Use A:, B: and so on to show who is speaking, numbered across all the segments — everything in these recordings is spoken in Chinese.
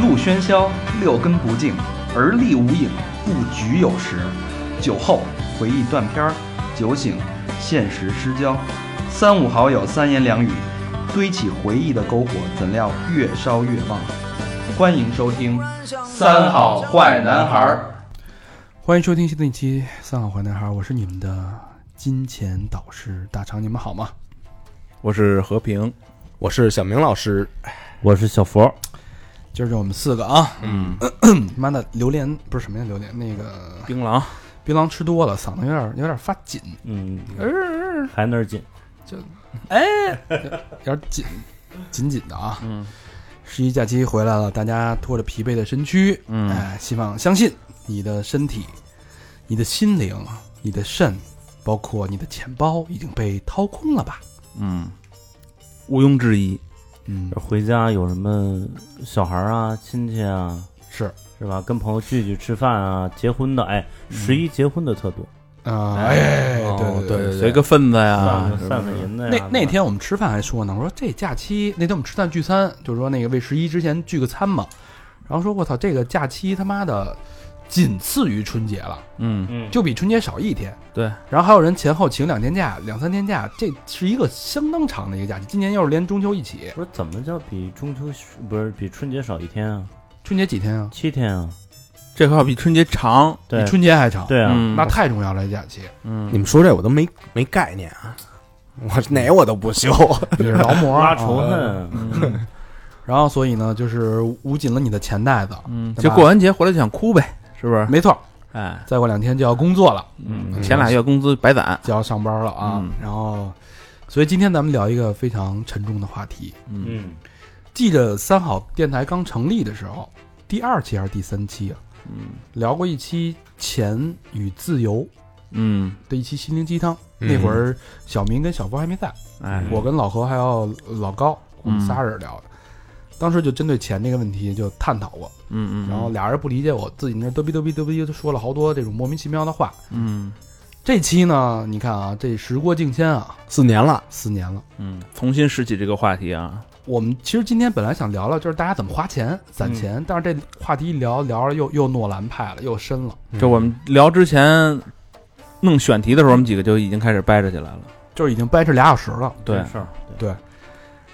A: 路喧嚣，六根不净，而立无影，不局有时。酒后回忆断片儿，酒醒现实失焦。三五好友三言两语，堆起回忆的篝火，怎料越烧越旺。欢迎收听《三好坏男孩》。
B: 欢迎收听新的一期《三好坏男孩》，我是你们的金钱导师大长，你们好吗？
C: 我是和平，
D: 我是小明老师，
E: 我是小佛，
B: 今儿就我们四个啊， 嗯，妈的，榴莲不是什么呀，榴莲那个
C: 槟榔，
B: 槟榔吃多了，嗓子有点有点发紧，
E: 嗯，还那儿紧，
B: 有点紧，紧紧的啊。嗯，十一假期回来了，大家拖着疲惫的身躯，嗯，哎，希望相信你的身体、你的心灵、你的肾，包括你的钱包已经被掏空了吧？
C: 嗯，毋庸置疑，
B: 嗯，
E: 回家有什么小孩啊、亲戚啊，
B: 是
E: 是吧？跟朋友聚聚、吃饭啊，结婚的，哎，十一结婚的特多，
B: 啊，哎，
C: 哦
B: 对对对
C: 随个份子呀
E: 散，散散
C: 哎
E: 银子呀
B: 那。那天我们吃饭还说呢，我说这假期那天我们吃饭聚餐，就是说那个为十一之前聚个餐嘛，然后说我操，这个假期他妈的仅次于春节了，
C: 嗯，
E: 嗯，
B: 就比春节少一天。
C: 对，
B: 然后还有人前后请两天假、两三天假，这是一个相当长的一个假期。今年又是连中秋一起，
E: 不是怎么叫比中秋不是比春节少一天啊？
B: 春节几天啊？
E: 七天啊？
C: 这块比春节长，
E: 对
B: 比春节还长。，
E: 对啊，
C: 嗯
B: 那太重要了，这假期。
C: 嗯
D: 你们说这我都没没概念啊， 我哪我都不修，
B: 就是劳 模
E: 拉
B: 啊
E: 仇。恨，
C: 嗯
B: 然后所以呢，就是捂紧了你的钱袋子。
C: 嗯，
B: 对
C: 就
B: 吧
C: 过完节回来就想哭呗，是不是？
B: 没错，
C: 哎，
B: 再过两天就要工作了。
C: 嗯，前俩月工资白攒，
B: 就要上班了啊。
C: 嗯
B: 然后，所以今天咱们聊一个非常沉重的话题。
E: 嗯，
B: 记着三好电台刚成立的时候，第二期还是第三期啊？
C: 嗯
B: 聊过一期钱与自由
C: 嗯，
B: 的一期心灵鸡汤。
D: 嗯
B: 那会儿小明跟小峰还没在，
C: 哎，
B: 我跟老何还有老高，我们仨人聊的。
C: 嗯
B: 当时就针对钱这个问题就探讨过，
C: 嗯嗯，
B: 然后俩人不理解我自己那嘚逼嘚逼嘚逼就说了好多这种莫名其妙的话。
C: 嗯
B: 这期呢，你看啊，这时过境迁啊，
D: 四年了，
B: 四年了。
C: 嗯，重新拾起这个话题啊，
B: 我们其实今天本来想聊聊，就是大家怎么花钱、攒钱，但是这话题一聊聊着又又诺兰派了，又深了。
C: 就我们聊之前弄选题的时候，我们几个就已经开始掰扯起来了，
B: 就是已经掰扯俩小时了，
C: 对
E: 没，事儿，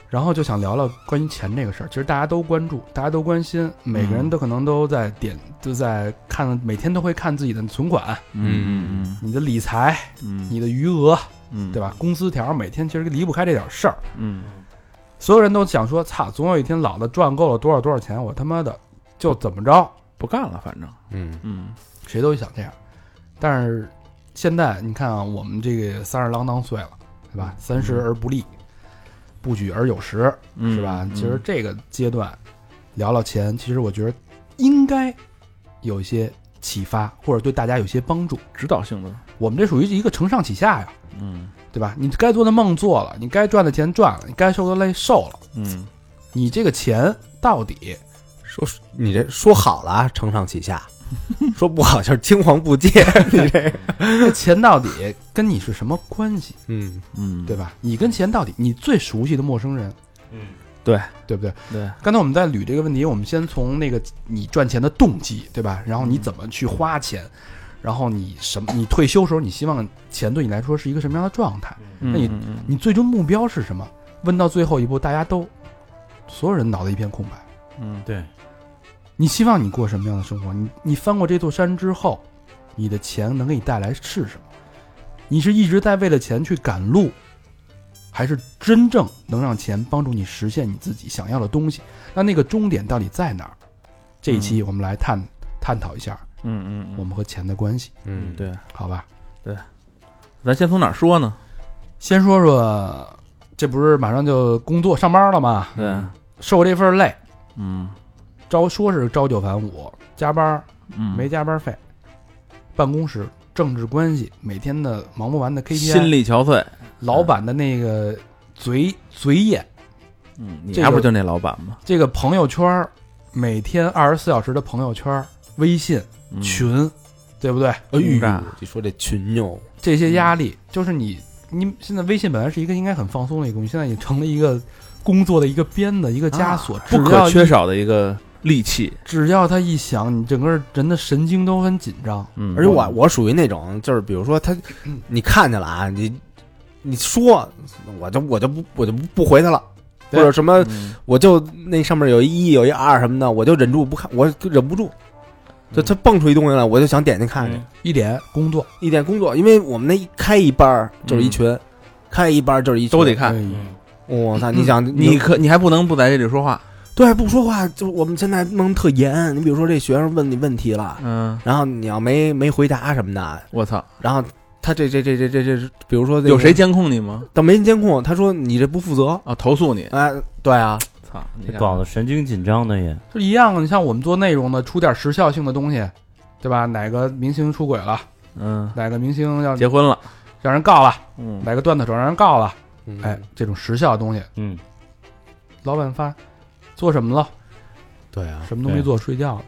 B: 然后就想聊聊关于钱这个事儿。其实大家都关注，大家都关心，每个人都可能都在点，都在看，每天都会看自己的存款、
C: 嗯
B: 你的理财、
C: 嗯
B: 你的余额，
C: 嗯，
B: 对吧？工资条每天其实离不开这点事儿。
C: 嗯？
B: 所有人都想说，操，总有一天老子赚够了多少多少钱，我他妈的就怎么着，
C: 嗯，不干了，反正，
D: 嗯，
C: 嗯
B: 谁都想这样。但是现在你看啊，我们这个三十郎当岁了，对吧？三十而不立，不举而有时，
C: 嗯
B: 是吧？
C: 嗯
B: 其实这个阶段聊聊钱，其实我觉得应该有一些启发，或者对大家有些帮助。
C: 指导性的，
B: 我们这属于一个承上启下呀，
C: 嗯
B: 对吧？你该做的梦做了，你该赚的钱赚了，你该受的累受了，
C: 嗯
B: 你这个钱到底
D: 说你这说好了啊，承上启下， 说不好就是青黄不接，你这，
B: 这钱到底跟你是什么关系，
D: 嗯，
C: 嗯，
B: 对吧？你跟钱到底，你最熟悉的陌生人，
E: 嗯，
B: 对不对？
C: 对，
B: 刚才我们在捋这个问题，我们先从那个你赚钱的动机，对吧？然后
C: 嗯
B: 你怎么去花钱，然后你什么？你退休时候，你希望钱对你来说是一个什么样的状态？
C: 那
B: 你
C: 嗯
B: 你最终目标是什么？问到最后一步，大家都所有人脑袋一片空白。
C: 嗯
E: 对，
B: 你希望你过什么样的生活？你你翻过这座山之后，你的钱能给你带来是什么？你是一直在为了钱去赶路，还是真正能让钱帮助你实现你自己想要的东西？那那个终点到底在哪儿？这一期我们来探探讨一下
C: 嗯嗯
B: 我们和钱的关系，
D: 嗯
C: 嗯，，对，
B: 好吧？
C: 咱先从哪儿说呢？
B: 先说说，这不是马上就工作上班了吗？
C: 对，
B: 受这份累，
C: 嗯
B: 朝说是朝九晚五，加班儿
C: 嗯，
B: 没加班费，办公室政治关系，每天的忙不完的 KPI，
C: 心嗯力憔悴，
B: 老板的那个嘴嘴眼，
C: 嗯，你
B: 这
C: 还
B: 个
C: 不就那老板吗？
B: 这个朋友圈儿，每天二十四小时的朋友圈儿、微信
C: 嗯
B: 群，对不对？
D: 哎
C: 嗯
D: 呦，就说这群牛，
B: 这些压力就是你，你现在微信本来是一个应该很放松的一个东西，现在也成了一个工作的一个鞭子、一个枷锁，
C: 啊不
B: 只要
C: 可
B: 一
C: 缺少的一个戾气，
B: 只要他一想，你整个人的神经都很紧张。
C: 嗯，
D: 而且我我属于那种，就是比如说他，你看见了啊，你你说，我就我就不我就不不回他了，或
B: 对
D: 者什么，
C: 嗯
D: 我就那上面有一一有一二什么的，我就忍住不看，我忍不住，
C: 嗯
D: 就他蹦出一东西来，我就想点进看去。
B: 一脸工作
D: 一点工作，因为我们那一开一班儿就是一群，开一班儿就是一群
C: 嗯都得。嗯看。
B: 哎
D: 我操！你想
C: 你可你还不能不在这里说话，
D: 对不说话，就我们现在弄特严。你比如说这学生问你问题了，
C: 嗯，
D: 然后你要没没回答什么的，
C: 我操，
D: 然后他这这这这这这，比如说这个
C: 有谁监控你吗？
D: 但没人监控，他说你这不负责。
C: 啊，投诉你，
D: 哎，对啊，
C: 操，你
E: 这
C: 看
E: 搞得神经紧张的也，
B: 就一样的，你像我们做内容的，出点时效性的东西，对吧？哪个明星出轨了，
C: 嗯，
B: 哪个明星要
C: 结婚了，
B: 让人告了，
C: 嗯，
B: 哪个段子手让人告了，哎
D: 哎，，
B: 这种时效的东西，
E: 嗯，
B: 老板发做什么了，
D: 对啊，
B: 什么都没做，睡觉了。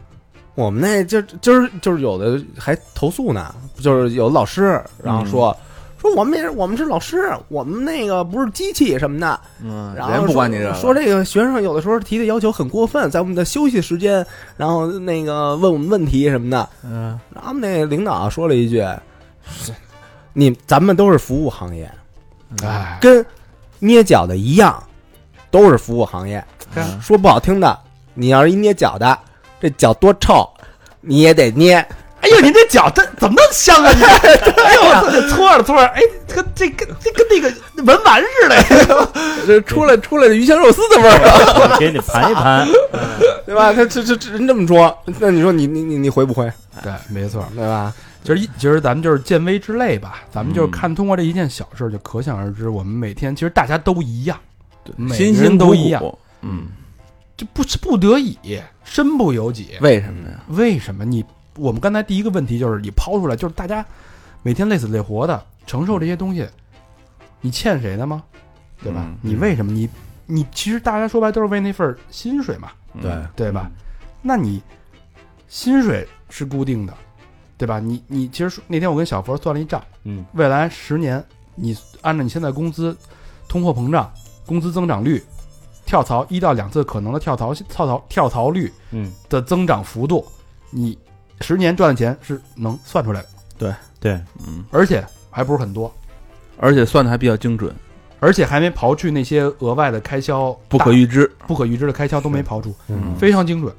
D: 我们那就今儿就是有的还投诉呢，就是有老师然后说、说我们也是我们是老师，我们那个不是机器什么的，
C: 嗯，
D: 然
C: 人
D: 后
C: 不管你这个，
D: 说这个学生有的时候提的要求很过分，在我们的休息时间，然后那个问我们问题什么的，
C: 嗯，
D: 然后我们那领导说了一句：“你咱们都是服务行业，
A: 嗯
B: 哎，
D: 跟捏脚的一样，都是服务行业。
A: 啊
C: 嗯
D: 说不好听的，你要是一捏脚的，这脚多臭，你也得捏。
A: 哎呦，您这脚这怎么那么香啊？你 哎呦，我操这搓着搓着，哎，这个这跟这跟那个文玩似的。
D: 这出来出来的鱼香肉丝的味儿了，
E: 给你盘一盘，
D: 对吧？他这这这人这么说，那你说你你你你回不回？
B: 对，没错。
D: 对吧？
B: 其实一，其实咱们就是见微知类吧，咱们就是
C: 嗯
B: 看通过这一件小事儿，就可想而知，我们每天其实大家都一样，每
C: 辛
B: 个人
C: 辛
B: 都
C: 苦
B: 一样，
C: 苦，嗯，
B: 这不是不得已，身不由己。
C: 为什么呀？
B: 为什么你？我们刚才第一个问题就是你抛出来，就是大家每天累死累活的承受这些东西，你欠谁的吗？对吧？
C: 嗯
B: 你为什么你你其实大家说白都是为那份儿薪水嘛，
C: 嗯
D: 对
B: 对吧？那你薪水是固定的，对吧？你你其实说那天我跟小佛算了一账，
E: 嗯，
B: 未来十年你按照你现在工资通货膨胀、工资增长率、跳槽一到两次可能的跳槽跳槽跳槽率，
E: 嗯，
B: 的增长幅度，你十年赚的钱是能算出来的，
E: 对，
C: 嗯，
B: 而且还不是很多，
C: 而且算的还比较精准，
B: 而且还没刨去那些额外的开销，
C: 不可预知，
B: 大不可预知的开销都没刨除，
C: 嗯
B: 非常精准，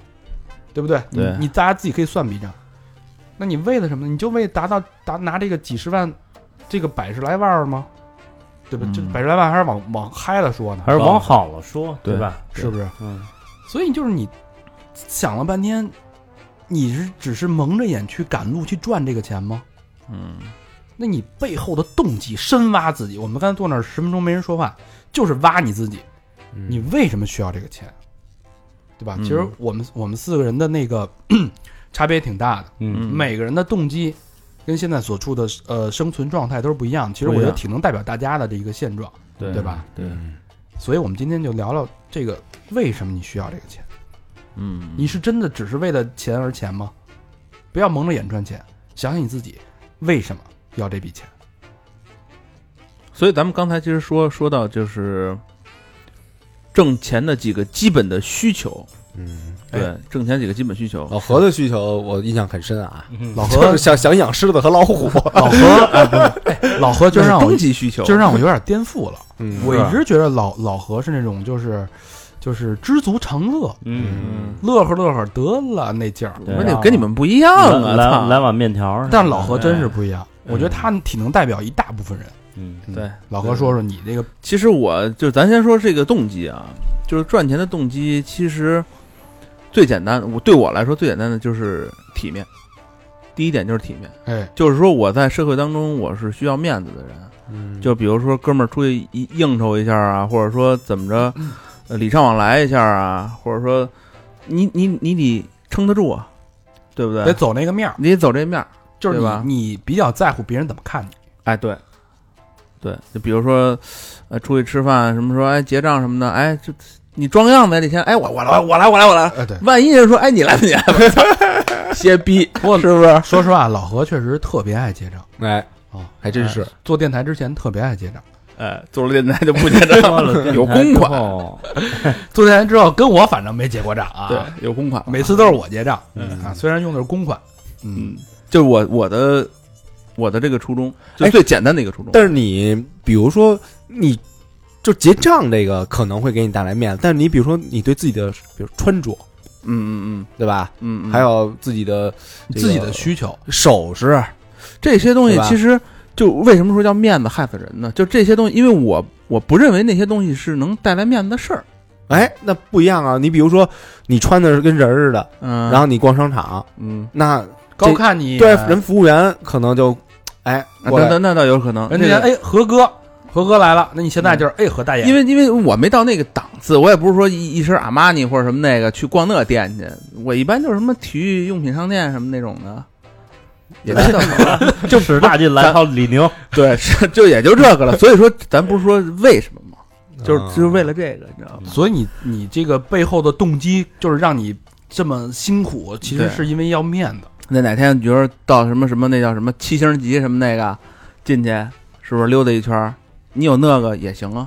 B: 对不对？
C: 对
B: 你你大家自己可以算笔账。那你为了什么呢？你就为达到达拿这个几十万，这个百十来万儿吗？对吧？
C: 嗯
B: 这百十来万还是往往嗨了说呢，
E: 还是往好了说，对吧？
B: 是不是？
E: 嗯，
B: 所以就是你想了半天，你是只是蒙着眼去赶路去赚这个钱吗？
C: 嗯，
B: 那你背后的动机，深挖自己。我们刚才坐那儿十分钟没人说话，就是挖你自己，你为什么需要这个钱，对吧？
C: 嗯
B: 其实我们我们四个人的那个 差别也挺大的，
E: 嗯，
C: 嗯
B: 每个人的动机跟现在所处的呃生存状态都是不一样的。其实
C: 不一
B: 我觉
C: 样
B: 得挺能代表大家的这一个现状，
E: 对
B: 对？吧？
C: 对，
B: 所以我们今天就聊聊这个为什么你需要这个钱？
C: 嗯，
B: 你是真的只是为了钱而钱吗？不要蒙着眼赚钱，想想你自己为什么要这笔钱。
C: 所以咱们刚才其实说说到就是挣钱的几个基本的需求，
D: 嗯，哦
C: 对，挣钱几个基本需求，
D: 老何的需求我印象很深啊，
E: 嗯
B: 老
D: 就
B: 何
D: 是想想养狮子和老虎。
B: 老何，哎，不是，哎， 老何就
C: 就是
B: 让我
C: 终，极需求，
B: 就让我有点颠覆了。
D: 嗯
B: 我一直觉得老老何是那种就是，就是知足常乐，
E: 嗯，
C: 嗯，
B: 乐呵乐呵得了那劲儿。
E: 对
C: 我得
E: 啊
C: 跟你们不一样
E: 来
C: 啊，
E: 来来
C: 操，
E: 碗面条儿，
B: 啊但老何真是不一样，我觉得他挺能代表一大部分人。
E: 嗯，
B: 嗯
C: 对，
B: 老何说说你这个，
C: 其实我就是咱先说这个动机啊，就是赚钱的动机，其实最简单，我对我来说最简单的就是体面，第一点就是体面。
B: 哎，
C: 就是说我在社会当中我是需要面子的人，
D: 嗯
C: 就比如说哥们儿出去一应酬一下啊，或者说怎么着，呃礼尚往来一下啊，或者说你你你得撑得住啊，对不
B: 得
C: 对？
B: 走那个面儿，
C: 你得走这面儿，
B: 就是
C: 对吧
B: 你你比较在乎别人怎么看你。
C: 哎，对，对，就比如说，呃，出去吃饭什么说，哎，结账什么的，哎，就你装样子呀，这天，哎，我我来我来我来我来，
B: 哎，对，
C: 万一人说，哎，你来吧你来吧，歇逼， 是不是？
B: 说实话，老何确实特别爱结账。
D: 哎
B: 哦，
D: 还真是
B: 做电台之前特别爱结账，
C: 哎，做了电台就不结账
E: 做了电台
C: 有公
E: 之
C: 款
E: 后，
B: 做电台之后，跟我反正没结过账啊。
C: 对，，有公款。
B: 每次都是我结账、啊，虽然用的是公款。
C: 嗯，就是我我的我的这个初衷，就
D: 哎
C: 最简单的一个初衷。
D: 但是你比如说你。就结账这个可能会给你带来面子，但是你比如说你对自己的，比如穿着，
C: 嗯嗯
D: 对吧？
C: 嗯嗯，
D: 还有嗯自己的这个
B: 自己的需求，
D: 首饰，
C: 这些东西
D: 对吧
C: 其实就为什么说叫面子害死人呢？就这些东西，因为我我不认为那些东西是能带来面子的事儿。
D: 哎，那不一样啊！你比如说，你穿的是跟人儿似的，
C: 嗯，
D: 然后你逛商场，
C: 嗯，
D: 那
B: 高看你
D: 对人服务员可能就，哎，
C: 那
D: 过来
C: 那那倒有可能，
B: 人
C: 嗯这
B: 家
C: 个嗯
B: 哎何哥，何哥来了，那你现在就是哎何大爷，
C: 因为因为我没到那个档次，我也不是说一一身阿玛尼或者什么那个去逛那店去，我一般就是什么体育用品商店什么那种的，也没到那 儿
E: 就使大劲来套李宁，
C: 对，是就也就这个了。所以说，咱不是说为什么嘛，就是
D: 嗯
C: 就是为了这个，你知道吗？
B: 嗯所以你你这个背后的动机就是让你这么辛苦，其实
C: 对
B: 是因为要面子。
C: 那哪天你觉得到什么什么那叫什么七星级什么那个进去，是不是溜达一圈儿？你有那个也行啊，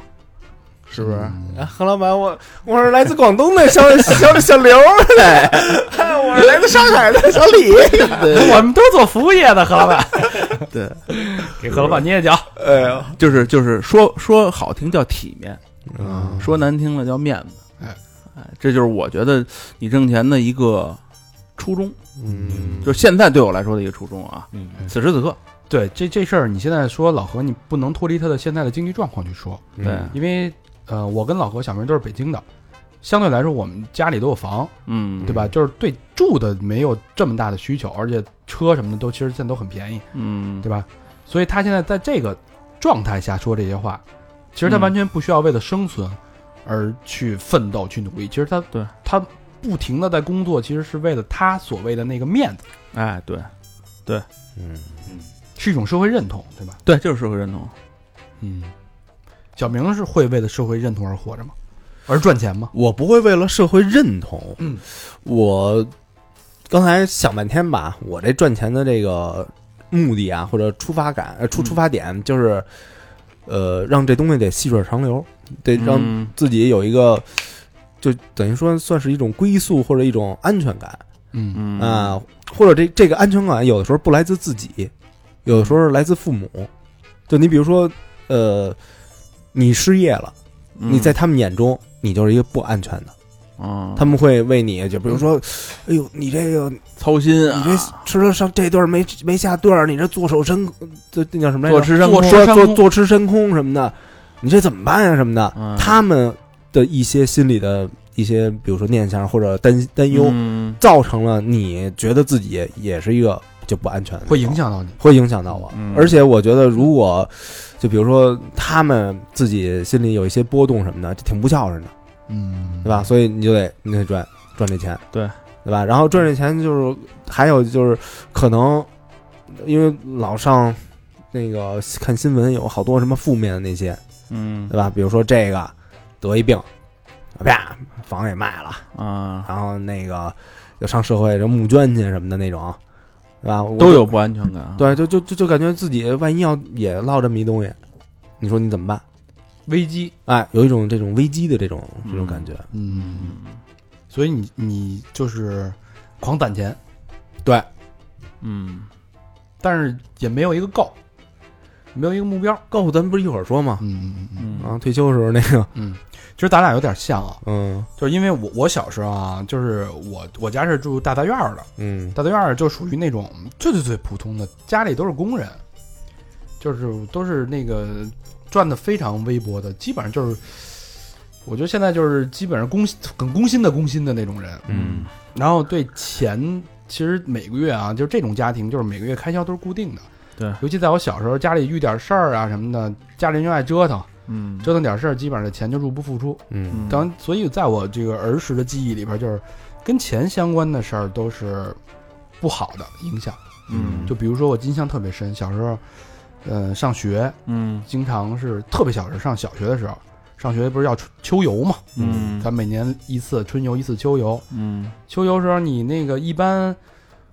C: 是不是？
D: 哎何老板，我我是来自广东的 小小小刘儿嘞，哎我是来自上海的小李，
B: 我们都做服务业的，何老板，
C: 对，
B: 给何老板捏脚。
D: 哎呦，
C: 就是就是说说好听叫体面，
D: 嗯
C: 说难听了叫面子。
B: 哎
C: 哎，这就是我觉得你挣钱的一个初衷，
D: 嗯，
C: 就是现在对我来说的一个初衷啊。
E: 嗯，
C: 此时此刻，
B: 对这这事儿，你现在说老何，你不能脱离他的现在的经济状况去说，
C: 对，
B: 因为呃，我跟老何、小明都是北京的，相对来说我们家里都有房，
C: 嗯，
B: 对吧？就是对住的没有这么大的需求，而且车什么的都其实现在都很便宜，
C: 嗯，
B: 对吧？所以他现在在这个状态下说这些话，其实他
C: 嗯
B: 完全不需要为了生存而去奋斗、去努力。其实他
C: 对
B: 他不停的在工作，其实是为了他所谓的那个面子，
C: 哎，对，
D: 嗯，
B: 是一种社会认同，对吧？
C: 对，就是社会认同。
B: 嗯，小明是会为了社会认同而活着吗？而赚钱吗？
D: 我不会为了社会认同，
B: 嗯，
D: 我刚才想半天吧，我这赚钱的这个目的啊，或者出发感，呃出
C: 嗯
D: 出发点就是，呃，让这东西得细水长流，得让
C: 嗯
D: 自己有一个，就等于说算是一种归宿或者一种安全感
B: 嗯
C: 嗯
D: 啊、或者这这个安全感有的时候不来自自己，有的时候来自父母。就你比如说，呃，你失业了，
C: 嗯
D: 你在他们眼中你就是一个不安全的，
C: 啊，
D: 他们会为你就比如说，哎呦，你这个
C: 操心
D: 你
C: 嗯啊，
D: 这吃了上这顿没没下顿，你这坐手深，这那叫什么来
C: 坐
D: 着？
C: 吃山空
B: 坐吃
D: 坐
B: 山
D: 坐
B: 空
D: 坐吃山空什么的，你这怎么办呀、什么的？
C: 嗯
D: 他们的一些心里的一些，比如说念想或者担担忧，
C: 嗯
D: 造成了你觉得自己也是一个就不安全的，
B: 会影，响到你。
D: 会影响到我。
C: 嗯
D: 而且我觉得，如果就比如说他们自己心里有一些波动什么的，就挺不孝顺的，
B: 嗯
D: 对吧？？所以你就得你得赚赚这钱，
C: 对
D: 对吧？然后赚这钱就是还有就是可能因为老上那个看新闻有好多什么负面的那些，
C: 嗯
D: 对吧？比如说这个得一病，啪，房也卖了，
C: 啊，
D: 然后那个就上社会就募捐去什么的那种，对吧？我
C: 都有不安全感啊。
D: 对，就就就就感觉自己万一要也落这么一东西，你说你怎么办？
B: 危机。
D: 哎，有一种这种危机的这种这种感觉，
B: 嗯，所以你你就是狂攒钱，
D: 对，
C: 嗯，
B: 但是也没有一个够，没有一个目标。
D: 告诉咱们不是一会儿说吗？
B: 嗯嗯嗯
C: 嗯
D: 啊，退休的时候那个，
B: 嗯，其实咱俩有点像啊，
D: 嗯
B: 就是因为我我小时候啊，就是我我家是住大杂院儿的，
D: 嗯
B: 大杂院儿就属于那种最最最普通的，家里都是工人，就是都是那个赚的非常微薄的，基本上就是。我觉得现在就是基本上工很工薪的工薪的那种人，
D: 嗯
B: 然后对钱，其实每个月啊，就是这种家庭，就是每个月开销都是固定的。
C: 对，
B: 尤其在我小时候，家里遇点事儿啊什么的，家里人又爱折腾，
C: 嗯，
B: 折腾点事儿，基本上这钱就入不敷出。
D: 嗯
C: 嗯
B: 当所以，在我这个儿时的记忆里边，就是跟钱相关的事儿都是不好的影响。
C: 嗯
B: 就比如说我印象特别深，小时候，呃，上学
C: 嗯
B: 经常是特别小时候上小学的时候，上学不是要春秋游嘛，
C: 嗯
B: 咱每年一次春游，一次秋游，
C: 嗯
B: 秋呃游时候你那个一般，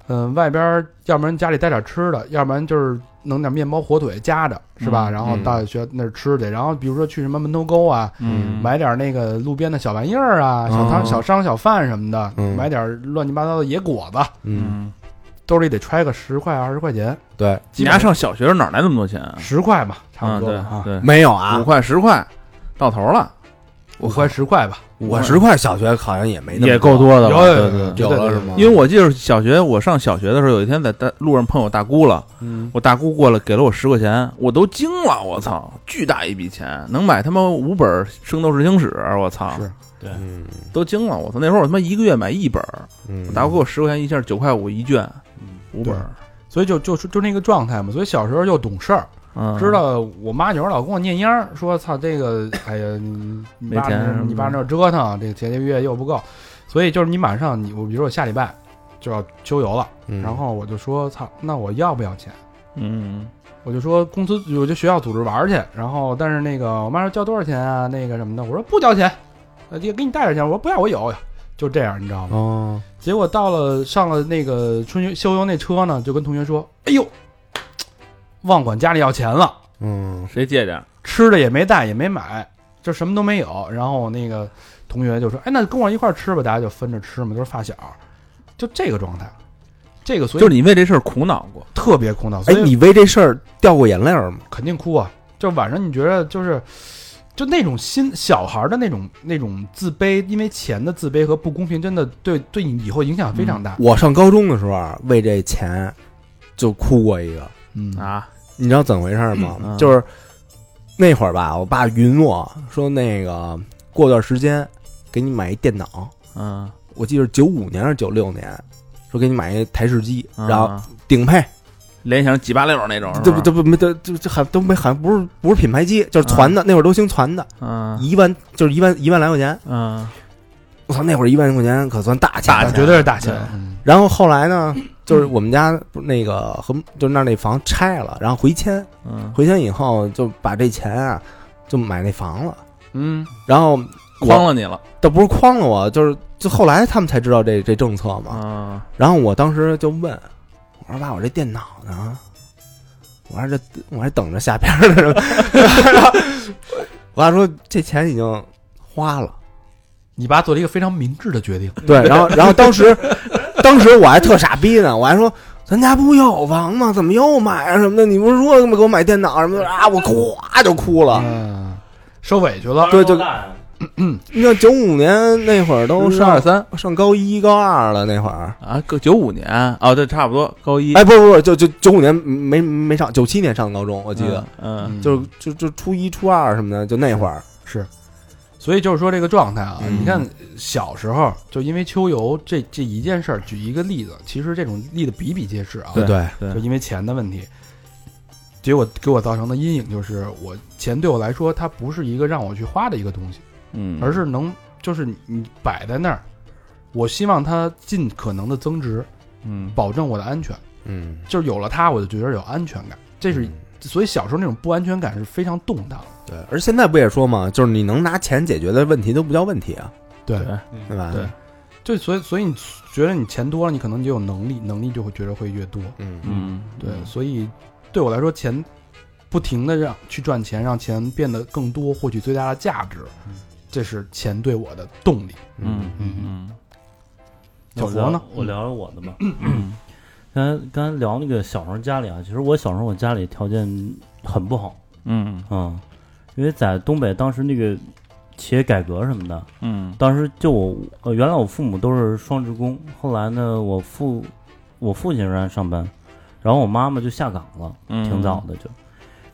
B: 嗯、外边儿要不然家里带点吃的，要不然就是弄点面包、火腿夹着，是吧？
C: 嗯
B: 然后
C: 嗯
B: 到学那儿吃去。然后比如说去什么门头沟啊，
C: 嗯
B: 买点那个路边的小玩意儿啊，小摊、
C: 嗯
B: 小商、小贩什么的，
D: 嗯
B: 买点乱七八糟的野果子，
D: 嗯，
B: 兜里得揣个十块二十块钱，
D: 对，
C: 你丫上小学时候哪来那么多钱啊？
B: 十块吧，差
C: 啊，
B: 不多吧啊，
C: 对对，
D: 没有啊
C: 五，块十块到头了，
B: 五块十块吧，
D: 我十块小学好像也没那么
C: 也够多
B: 有
C: 的
B: 有
C: 了。
B: 有
C: 对对
B: 有
C: 对
D: 有了是
B: 啊
D: 吗？
C: 因为我记得小学，我上小学的时候，有一天在大路上碰我大姑了，
D: 嗯
C: 我大姑过来给了我十块钱，我都惊了，我操，巨大一笔钱，能买他妈五本《圣斗士星矢》，我操，
B: 是
D: 嗯
C: 都惊了，我操，那时候我他妈一个月买一本儿，
D: 嗯，
C: 我大姑给我十块钱一下，九块五一卷，五本儿，
B: 所以就就就那个状态嘛。所以小时候又懂事儿，
C: 嗯，
B: 知道我妈有时候老跟我念秧儿，说操这个，哎呀，你你爸
C: 没钱
B: 那
C: 是吗
B: 你爸那折腾，这个节约又不够，所以就是你马上你我比如说我下礼拜就要秋游了，
D: 嗯
B: 然后我就说操，那我要不要钱？
C: 嗯，
B: 我就说公司我就学校组织玩儿去，然后但是那个我妈说交多少钱啊，那个什么的，我说不交钱，呃，也给你带点钱，我说不要我有，就这样你知道吗？
D: 哦，
B: 结果到了上了那个春游秋游那车呢，就跟同学说，哎呦，忘管家里要钱了。
D: 嗯
C: 谁借点儿？
B: 吃的也没带，也没买，就什么都没有。然后我那个同学就说：“哎，那跟我一块儿吃吧，大家就分着吃嘛，都是发小，就这个状态，这个所
C: 就是
B: 以
C: 你为这事儿苦恼过，
B: 特别苦恼，所
D: 哎，
B: 以
D: 你为这事儿掉过眼泪儿吗？
B: 肯定哭啊。就晚上你觉得就是。”就那种心小孩儿的那种那种自卑，因为钱的自卑和不公平，真的对对你以后影响非常大。
D: 我上高中的时候啊，为这钱就哭过一个，
B: 嗯
C: 啊，
D: 你知道怎么回事吗？
C: 嗯嗯
D: 就是那会儿吧，我爸允我说那个过段时间给你买一电脑，
C: 嗯，
D: 我记得九五年还是九六年，说给你买一台式机，
C: 嗯
D: 然后顶配，
C: 联想几八六那种，
D: 这不这不没这这这还都没还不是不是品牌机，就是攒的，那会儿都兴攒的，
C: 嗯
D: 一万就是一万一万来块钱，
C: 嗯，
D: 我操，那会儿一万块钱可算大钱
C: 大
D: 了
C: 钱。
B: 绝对是大钱
C: 对。
B: 嗯
D: 然后后来呢，就是我们家不是那个和就是那儿那房拆了，然后回迁，
C: 嗯
D: 回迁以后就把这钱啊就买那房了。
B: 嗯，
D: 然后
C: 诓
D: 了，
C: 了你了，
D: 倒不是诓了我，就是就后来他们才知道这这政策嘛。
B: 啊
C: 嗯
D: 然后我当时就问，我说爸，我这电脑呢？我还这我还等着下片儿呢。 然后我爸说这钱已经花了。
B: 你爸做了一个非常明智的决定。
D: 对，然后然后当时当时我还特傻逼呢，我还说。咱家不有房吗？怎么又买啊什么的？你不是说给我买电脑什么的啊？我咵就哭了。
B: 嗯，受委屈了。
E: 多
D: 对就
E: 大呀
D: 你看九五年那会儿都
C: 十
D: 上
C: 二三
D: 上高一高二了，那会儿
C: 啊，个九五年哦，对，差不多高一，
D: 哎，不不不，就就九五年没没上，九七年上高中，我
C: 我
D: 记得，，
C: 嗯
B: 嗯
D: 就是就就初一初二什么的，就那会儿，
B: 是，所以就是说这个状态啊，
D: 嗯
B: 你看小时候就因为秋游这这一件事儿，举一个例子，其实这种例子比比皆是啊。
C: 对
D: 对，
C: 对
B: 就因为钱的问题，结果给我造成的阴影就是，我钱对我来说，它不是一个让我去花的一个东西，
C: 嗯，
B: 而是能就是你摆在那儿，我希望它尽可能的增值，
C: 嗯
B: 保证我的安全。
D: 嗯，
B: 就是有了它，我就觉得有安全感。这是所以小时候那种不安全感是非常动荡的。
D: 对。而现在不也说嘛，就是你能拿钱解决的问题都不叫问题啊，
B: 对
C: 对
D: 对吧？
B: 对就所以所以你觉得你钱多了，你可能就有能力，能力就会觉得会越多。
D: 嗯
C: 嗯
B: 对，所以对我来说，钱不停的让去赚钱，让钱变得更多，获取最大的价值，这是钱对我的动力。
C: 嗯嗯
B: 小佛呢？
E: 我聊聊我的吧。嗯刚才刚才聊那个小时候家里啊，其实我小时候我家里条件很不好，
C: 嗯
E: 嗯，因为在东北当时那个企业改革什么的，
C: 嗯
E: 当时就我呃原来我父母都是双职工，后来呢我父我父亲仍然上班，然后我妈妈就下岗了，
C: 嗯，
E: 挺早的就，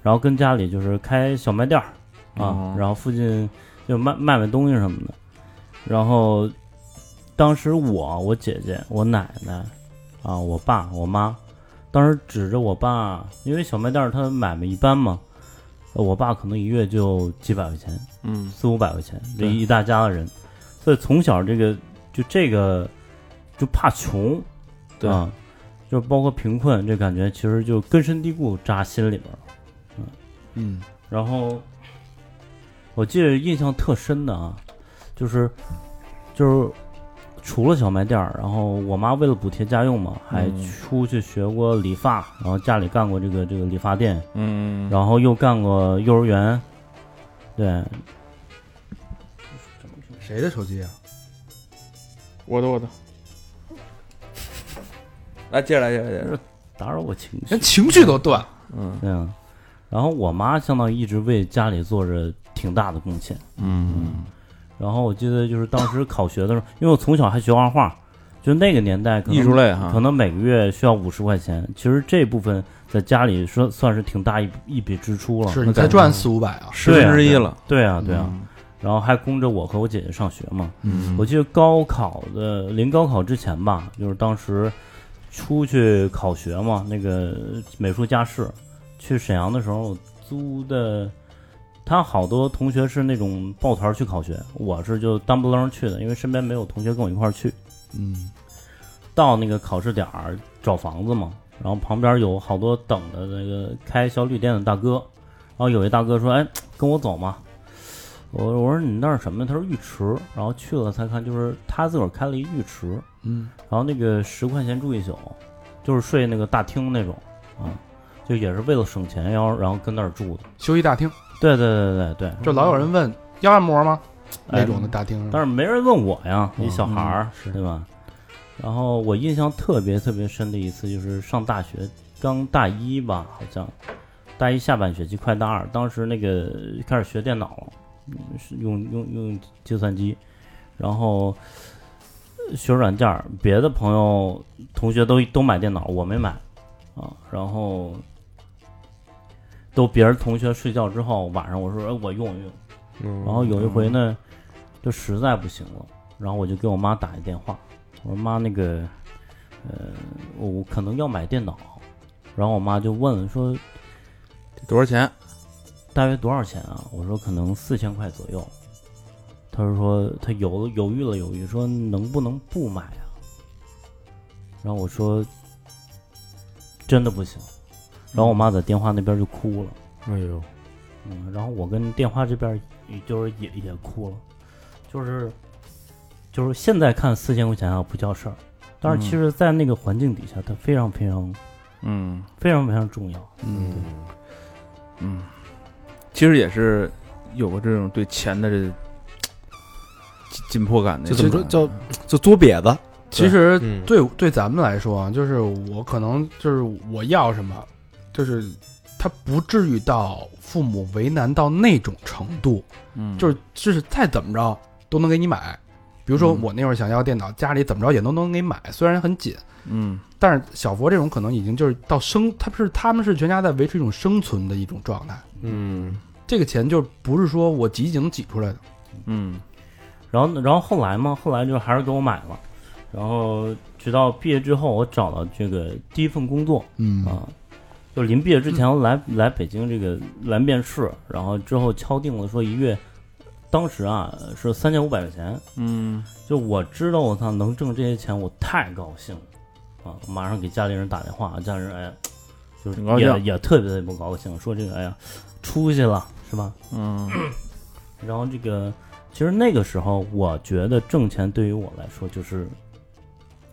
E: 然后跟家里就是开小卖店儿啊
C: 哦，
E: 然后附近就卖卖卖东西什么的，然后当时我我姐姐我奶奶啊我爸我妈，当时指着我爸，因为小卖店儿他买卖一般嘛，呃我爸可能一月就几百块钱，
C: 嗯
E: 四五百块钱，这
C: 对
E: 一大家子人，所以从小这个就这个就怕穷，
C: 对
E: 啊，就包括贫困这感觉，其实就根深蒂固扎心里边儿。
B: 嗯
E: 然后我记得印象特深的啊，就是就是除了小卖店儿，然后我妈为了补贴家用嘛，还
C: 嗯
E: 出去学过理发，然后家里干过这个这个理发店，
C: 嗯，
E: 然后又干过幼儿园，对，
B: 谁的手机啊？
C: 我的我的，来接着来接着来接着，
E: 打扰我情绪
B: 连，情绪都断。
C: 嗯
E: 对啊。然后我妈相当于一直为家里做着挺大的贡献。
C: 嗯
E: 然后我记得就是当时考学的时候，因为我从小还学画画，就那个年代可能
C: 艺术类啊哈
E: 可，能每个月需要五十块钱，其实这部分在家里说算是挺大一一笔支出了。
B: 是你才赚四五百啊？
C: 十
E: 对
C: 分
E: 啊
C: 之一了，
E: 对啊，对啊，然后还供着我和我姐姐上学嘛。
C: 嗯，
E: 我记得高考的临高考之前吧，就是当时出去考学嘛，那个美术加试，去沈阳的时候租的。他好多同学是那种抱团去考学，我是就单不楞去的，因为身边没有同学跟我一块儿去。
B: 嗯，
E: 到那个考试点儿找房子嘛，然后旁边有好多等的那个开小旅店的大哥，然后有一大哥说：“哎，跟我走嘛。”我我说你那儿什么呀？他说浴池，然后去了才看，就是他自个儿开了一浴池，
B: 嗯，
E: 然后那个十块钱住一宿，就是睡那个大厅那种啊，就也是为了省钱，然后然后跟那儿住的。
B: 休息大厅，
E: 对对对对对，
B: 这老有人问要按摩吗？
E: 哎
B: 那种的大厅，
E: 但是没人问我呀，
B: 嗯
E: 一小孩儿、
B: 嗯是
E: 对吧？然后我印象特别特别深的一次就是上大学，刚大一吧，好像大一下半学期快大二，当时那个开始学电脑了，嗯是用用用计算机，然后呃学软件儿，别的朋友同学都都买电脑，我没买啊，然后。都别人同学睡觉之后，晚上我说哎我用一用，然后有一回呢，就实在不行了，然后我就给我妈打一电话，我说妈那个，呃，我我可能要买电脑，然后我妈就问了说
C: 多少钱？
E: 大约多少钱啊？我说可能四千块左右。她就说她犹犹豫了犹豫，说能不能不买啊？然后我说真的不行，然后我妈在电话那边就哭了。
D: 哎呦，
E: 嗯，然后我跟电话这边儿也就是也也哭了，就是就是现在看四千块钱啊不叫事儿，但是其实，在那个环境底下，它非常非常
C: 嗯
E: 非常非常重要。
B: 嗯，
C: 嗯，其实也是有过这种对钱的这紧紧迫感的，
D: 就怎么说叫就作瘪子，
B: 其实
D: 嗯
B: 对对咱们来说啊，就是我可能就是我要什么，就是他不至于到父母为难到那种程度，
C: 嗯，
B: 就是就是再怎么着都能给你买。比如说
C: 嗯
B: 我那会儿想要电脑，家里怎么着也都能给你买，虽然很紧，
C: 嗯
B: 但是小佛这种可能已经就是到生，他不是他们是全家在维持一种生存的一种状态。
D: 嗯
B: 这个钱就不是说我挤一挤能挤出来的，
C: 嗯
E: 然后然后后来嘛，后来就还是给我买了，然后直到毕业之后，我找到这个第一份工作
B: 嗯
E: 啊，就临毕业之前我来、来北京这个来面试，然后之后敲定了说一月，当时啊是三千五百块钱，
C: 嗯
E: 就我知道我操能挣这些钱，我太高兴了啊！马上给家里人打电话，家里人哎呀，就是
C: 很高兴
E: 也也特别特别不高兴，说这个哎呀出息了是吧？
C: 嗯
E: 然后这个其实那个时候，我觉得挣钱对于我来说就是，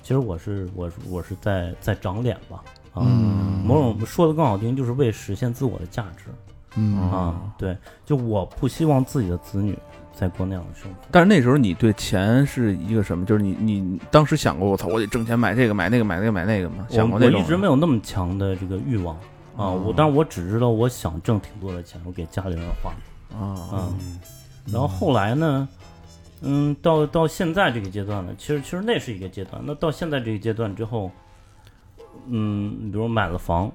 E: 其实我是我是我是在在长脸吧啊，
B: 嗯
E: 某种说的更好听，就是为实现自我的价值
B: 嗯
C: 嗯
E: 啊。对，就我不希望自己的子女再过那样的生活。
C: 但是那时候你对钱是一个什么？就是你你当时想过我操，我得挣钱买这个买那个买那个买那个吗？想过
E: 我
C: 那
E: 我
C: 种
E: 一直没有那么强的这个欲望啊，
C: 嗯
E: 我但我只知道我想挣挺多的钱，我给家里人花
C: 啊
E: 啊。然后后来呢，嗯，到到现在这个阶段呢，其实其实那是一个阶段。那到现在这个阶段之后，嗯，比如买了房，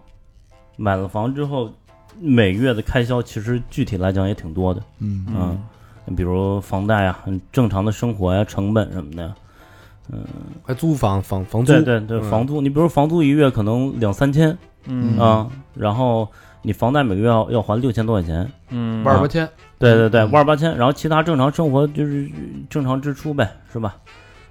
E: 买了房之后，每月的开销其实具体来讲也挺多的。
B: 嗯
E: 嗯，比如房贷啊，正常的生活呀、成本什么的，
D: 还租房房房租
E: 对，对对，
D: 嗯
E: 房租，你比如房租一月可能两三千，
C: 嗯
E: 啊，然后你房贷每个月要要还六千多块钱，
C: 嗯
B: 万儿八千，
E: 对对对，
B: 嗯
E: 万儿八千，然后其他正常生活就是正常支出呗，是吧？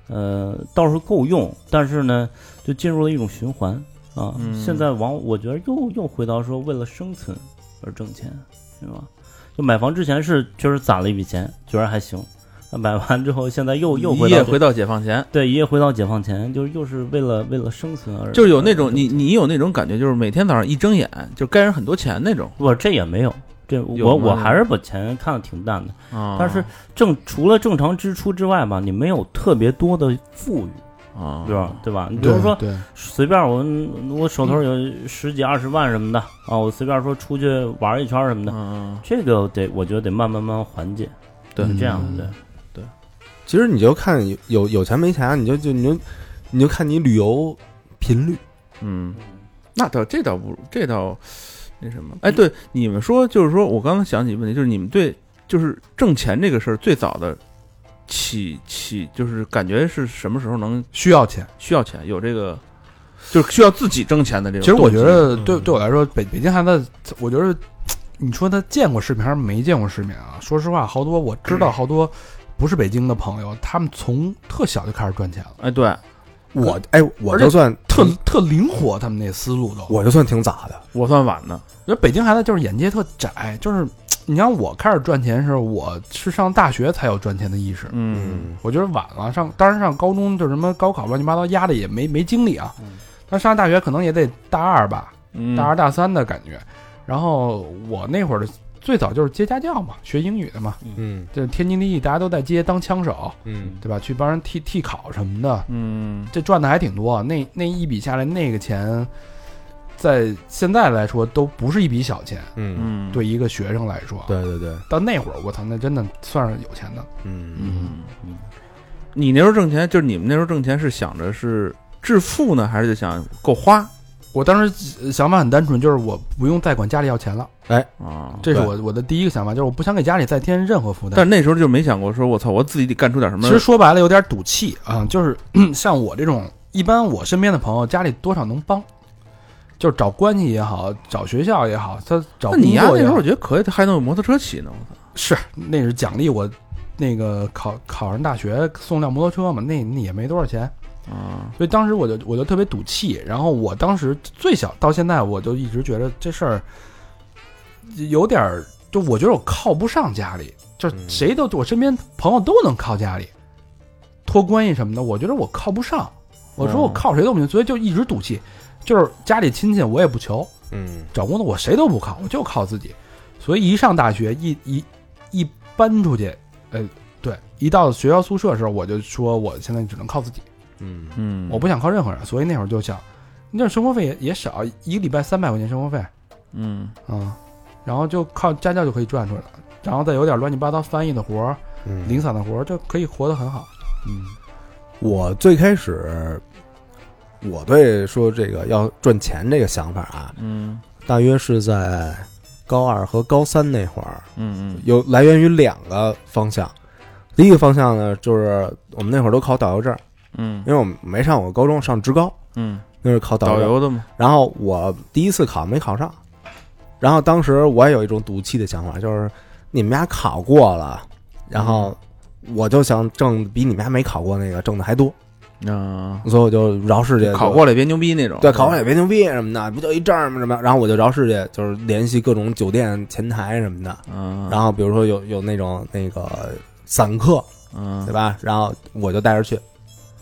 E: 呃，倒是够用，但是呢，就进入了一种循环啊。
C: 嗯
E: 现在往我觉得又又回到说为了生存而挣钱，对吧？就买房之前是确实攒了一笔钱，觉得还行，买完之后，现在又又
C: 一
E: 回
C: 夜
E: 到
C: 回到解放前，
E: 对一夜回到解放前，就是又是为了为了生存而
C: 就是有那种你你有那种感觉，就是每天早上一睁眼就该人很多钱那种
E: 我这也没有这
C: 有
E: 我
C: 吗
E: 我还是把钱看得挺淡的，
C: 啊。
E: 但是正除了正常支出之外吧，你没有特别多的富裕，
C: 啊，
E: 对吧？对吧？你比
B: 对
E: 如说
B: 对，
E: 随便我我手头有十几二十万什么的啊，我随便说出去玩一圈什么的，
C: 嗯，
E: 这个得我觉得得慢慢慢慢缓解，
C: 对
E: 是这样的，对。
D: 其实你就看有有有钱没钱啊，你就就你就你就看你旅游频率。
C: 嗯，那倒这倒不这倒那什么？哎，对，你们说就是说我刚才想起一个问题，就是你们对就是挣钱这个事儿最早的起起就是感觉是什么时候能
B: 需要钱。
C: 需要钱，有这个就是需要自己挣钱的这种
B: 其实
C: 动
B: 我
C: 机。
B: 觉得对
D: 嗯
B: 对我来说，北北京孩子，我觉得你说他见过世面还是没见过世面啊？说实话，好多我知道好多不是北京的朋友，他们从特小就开始赚钱了，
C: 哎，对
D: 我哎，我就算
B: 特
D: 挺
B: 特灵活，他们那思路都。
D: 嗯我就算挺咋的，
C: 我算晚的，
B: 觉得北京孩子就是眼界特窄，就是你像我开始赚钱的时候，我是上大学才有赚钱的意识，
C: 嗯，
B: 我觉得晚了。上当然上高中就是什么高考乱七八糟压的也没没精力啊，但上大学可能也得大二吧，
C: 嗯
B: 大二大三的感觉。然后我那会儿的最早就是接家教嘛，学英语的嘛，
D: 嗯
B: 这天经地义，大家都在接当枪手，
D: 嗯，
B: 对吧？去帮人替替考什么的，
C: 嗯
B: 这赚的还挺多。啊那那一笔下来，那个钱，在现在来说都不是一笔小钱，
D: 嗯，
C: 嗯，
B: 对一个学生来说。
D: 对对对，
B: 到那会儿，我操，那真的算是有钱的。
D: 嗯
C: 嗯，你那时候挣钱，就是你们那时候挣钱是想着是致富呢，还是就想够花
B: 我当时呃想法很单纯，就是我不用再管家里要钱了，
C: 啊？
B: 这是我我的第一个想法，就是我不想给家里再添任何负担。
C: 但那时候就没想过说，我操，我自己得干出点什么
B: 其。实说白了有点赌气啊，就是 像我这种，一般我身边的朋友家里多少能帮，就是找关系也好，找学校也好，他找
C: 那
B: 工
C: 你呀、
B: 作
C: 那
B: 也
C: 时候
B: 好
C: 我，觉得可以，还能有摩托车骑呢，我操！
B: 是那是奖励我那个考考上大学送辆摩托车嘛，那那也没多少钱，
C: 啊，
B: 所以当时我就我就特别赌气，然后我当时最小到现在我就一直觉得这事儿有点儿，就我觉得我靠不上家里，就是
D: 嗯
B: 谁都我身边朋友都能靠家里，托关系什么的，我觉得我靠不上，我说我
C: 嗯
B: 靠谁都不行，所以就一直赌气，就是家里亲戚我也不求，
D: 嗯
B: 找工作我谁都不靠，我就靠自己，所以一上大学一一一搬出去，呃，对，一到学校宿舍的时候我就说我现在只能靠自己。
D: 嗯
C: 嗯，
B: 我不想靠任何人，所以那会儿就想，那生活费也也少，一个礼拜三百块钱生活费啊、
C: 嗯
B: 嗯然后就靠家教就可以赚出来了，然后再有点乱七八糟翻译的活儿、
D: 嗯
B: 零散的活儿，就可以活得很好。
D: 我最开始，我对说这个要赚钱这个想法啊，
C: 嗯
D: 大约是在高二和高三那会儿，
C: 嗯
D: 有来源于两个方向。第一个方向呢，就是我们那会儿都考导游证，
C: 嗯
D: 因为我们没上过高中，上职高，
C: 嗯，
D: 那是考
C: 导
D: 游。
C: 游的嘛，
D: 然后我第一次考没考上，然后当时我也有一种赌气的想法，就是你们俩考过了，然后我就想挣比你们俩没考过那个挣的还多，
C: 啊，
D: 所以我就绕世界
C: 考过了也别牛逼那种，
D: 对，考过了也别牛逼什么的，不就一证儿吗？什么的？然后我就绕世界，就是联系各种酒店前台什么的。
C: 嗯，
D: 然后比如说有有那种那个散客，
C: 嗯，
D: 对吧？然后我就带着去，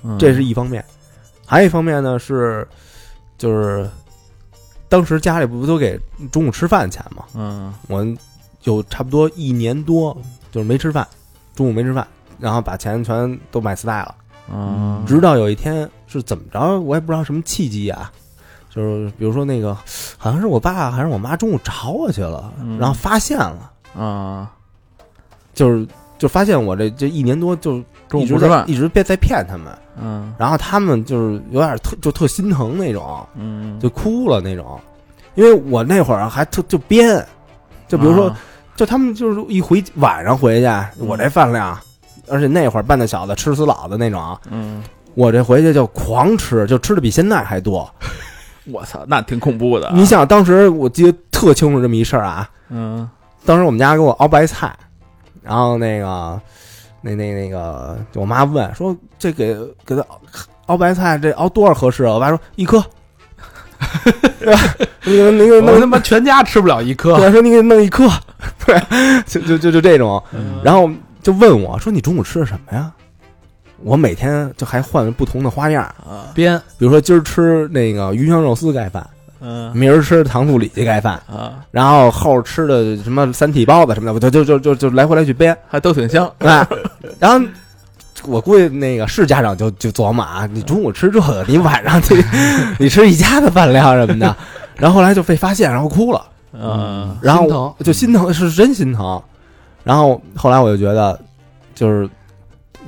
C: 嗯
D: 这是一方面。还有一方面呢是，就是当时家里不都给中午吃饭钱嘛？
C: 嗯
D: 我有差不多一年多就是没吃饭，中午没吃饭，然后把钱全都买 Sky 了。
C: 嗯，
D: 直到有一天是怎么着，我也不知道什么契机啊，就是比如说那个，好像是我爸还是我妈中午找我去了
C: 嗯，
D: 然后发现了，
C: 啊，
D: 就是就发现我这这一年多就
C: 中午
D: 一直
C: 不吃
D: 在
C: 饭，
D: 一直被在骗他们，
C: 嗯
D: 然后他们就是有点特就特心疼那种，
C: 嗯，
D: 就哭了那种，因为我那会儿还特就编，就比如说
C: 啊，嗯
D: 就他们就是一回晚上回去，我这饭量，而且那会儿半大小子吃死老的那种，
C: 嗯，
D: 我这回去就狂吃，就吃的比现在还多。
C: 我操，那挺恐怖的啊，
D: 你想，当时我记得特清楚这么一事儿啊，
C: 嗯
D: 当时我们家给我熬白菜，然后那个那那那个，就我妈问说这给给他熬熬白菜这熬多少合适啊？我爸说一颗。对吧？那个 那
B: 我
D: 个
B: 他
D: 弄，
B: 妈全家吃不了一颗，
D: 对，说你给弄一颗，对，就就就就这种。然后就问我说你中午吃的什么呀？我每天就还换不同的花样，
C: 啊，
B: 编
D: 比如说今儿吃那个鱼香肉丝盖饭，
C: 嗯
D: 明儿吃糖醋里脊盖饭，
C: 啊，
D: 然后后吃的什么三体包子什么的，我就就就就就来回来去编。
C: 还都挺香。
D: 哎，然后我估计那个是家长就就琢磨啊，你中午吃这个，你晚上你 你吃一家的饭量什么的，然后后来就被发现，然后哭了，
C: 嗯，
D: 然后
B: 心疼
D: 就心疼，是真心疼。然后后来我就觉得，就是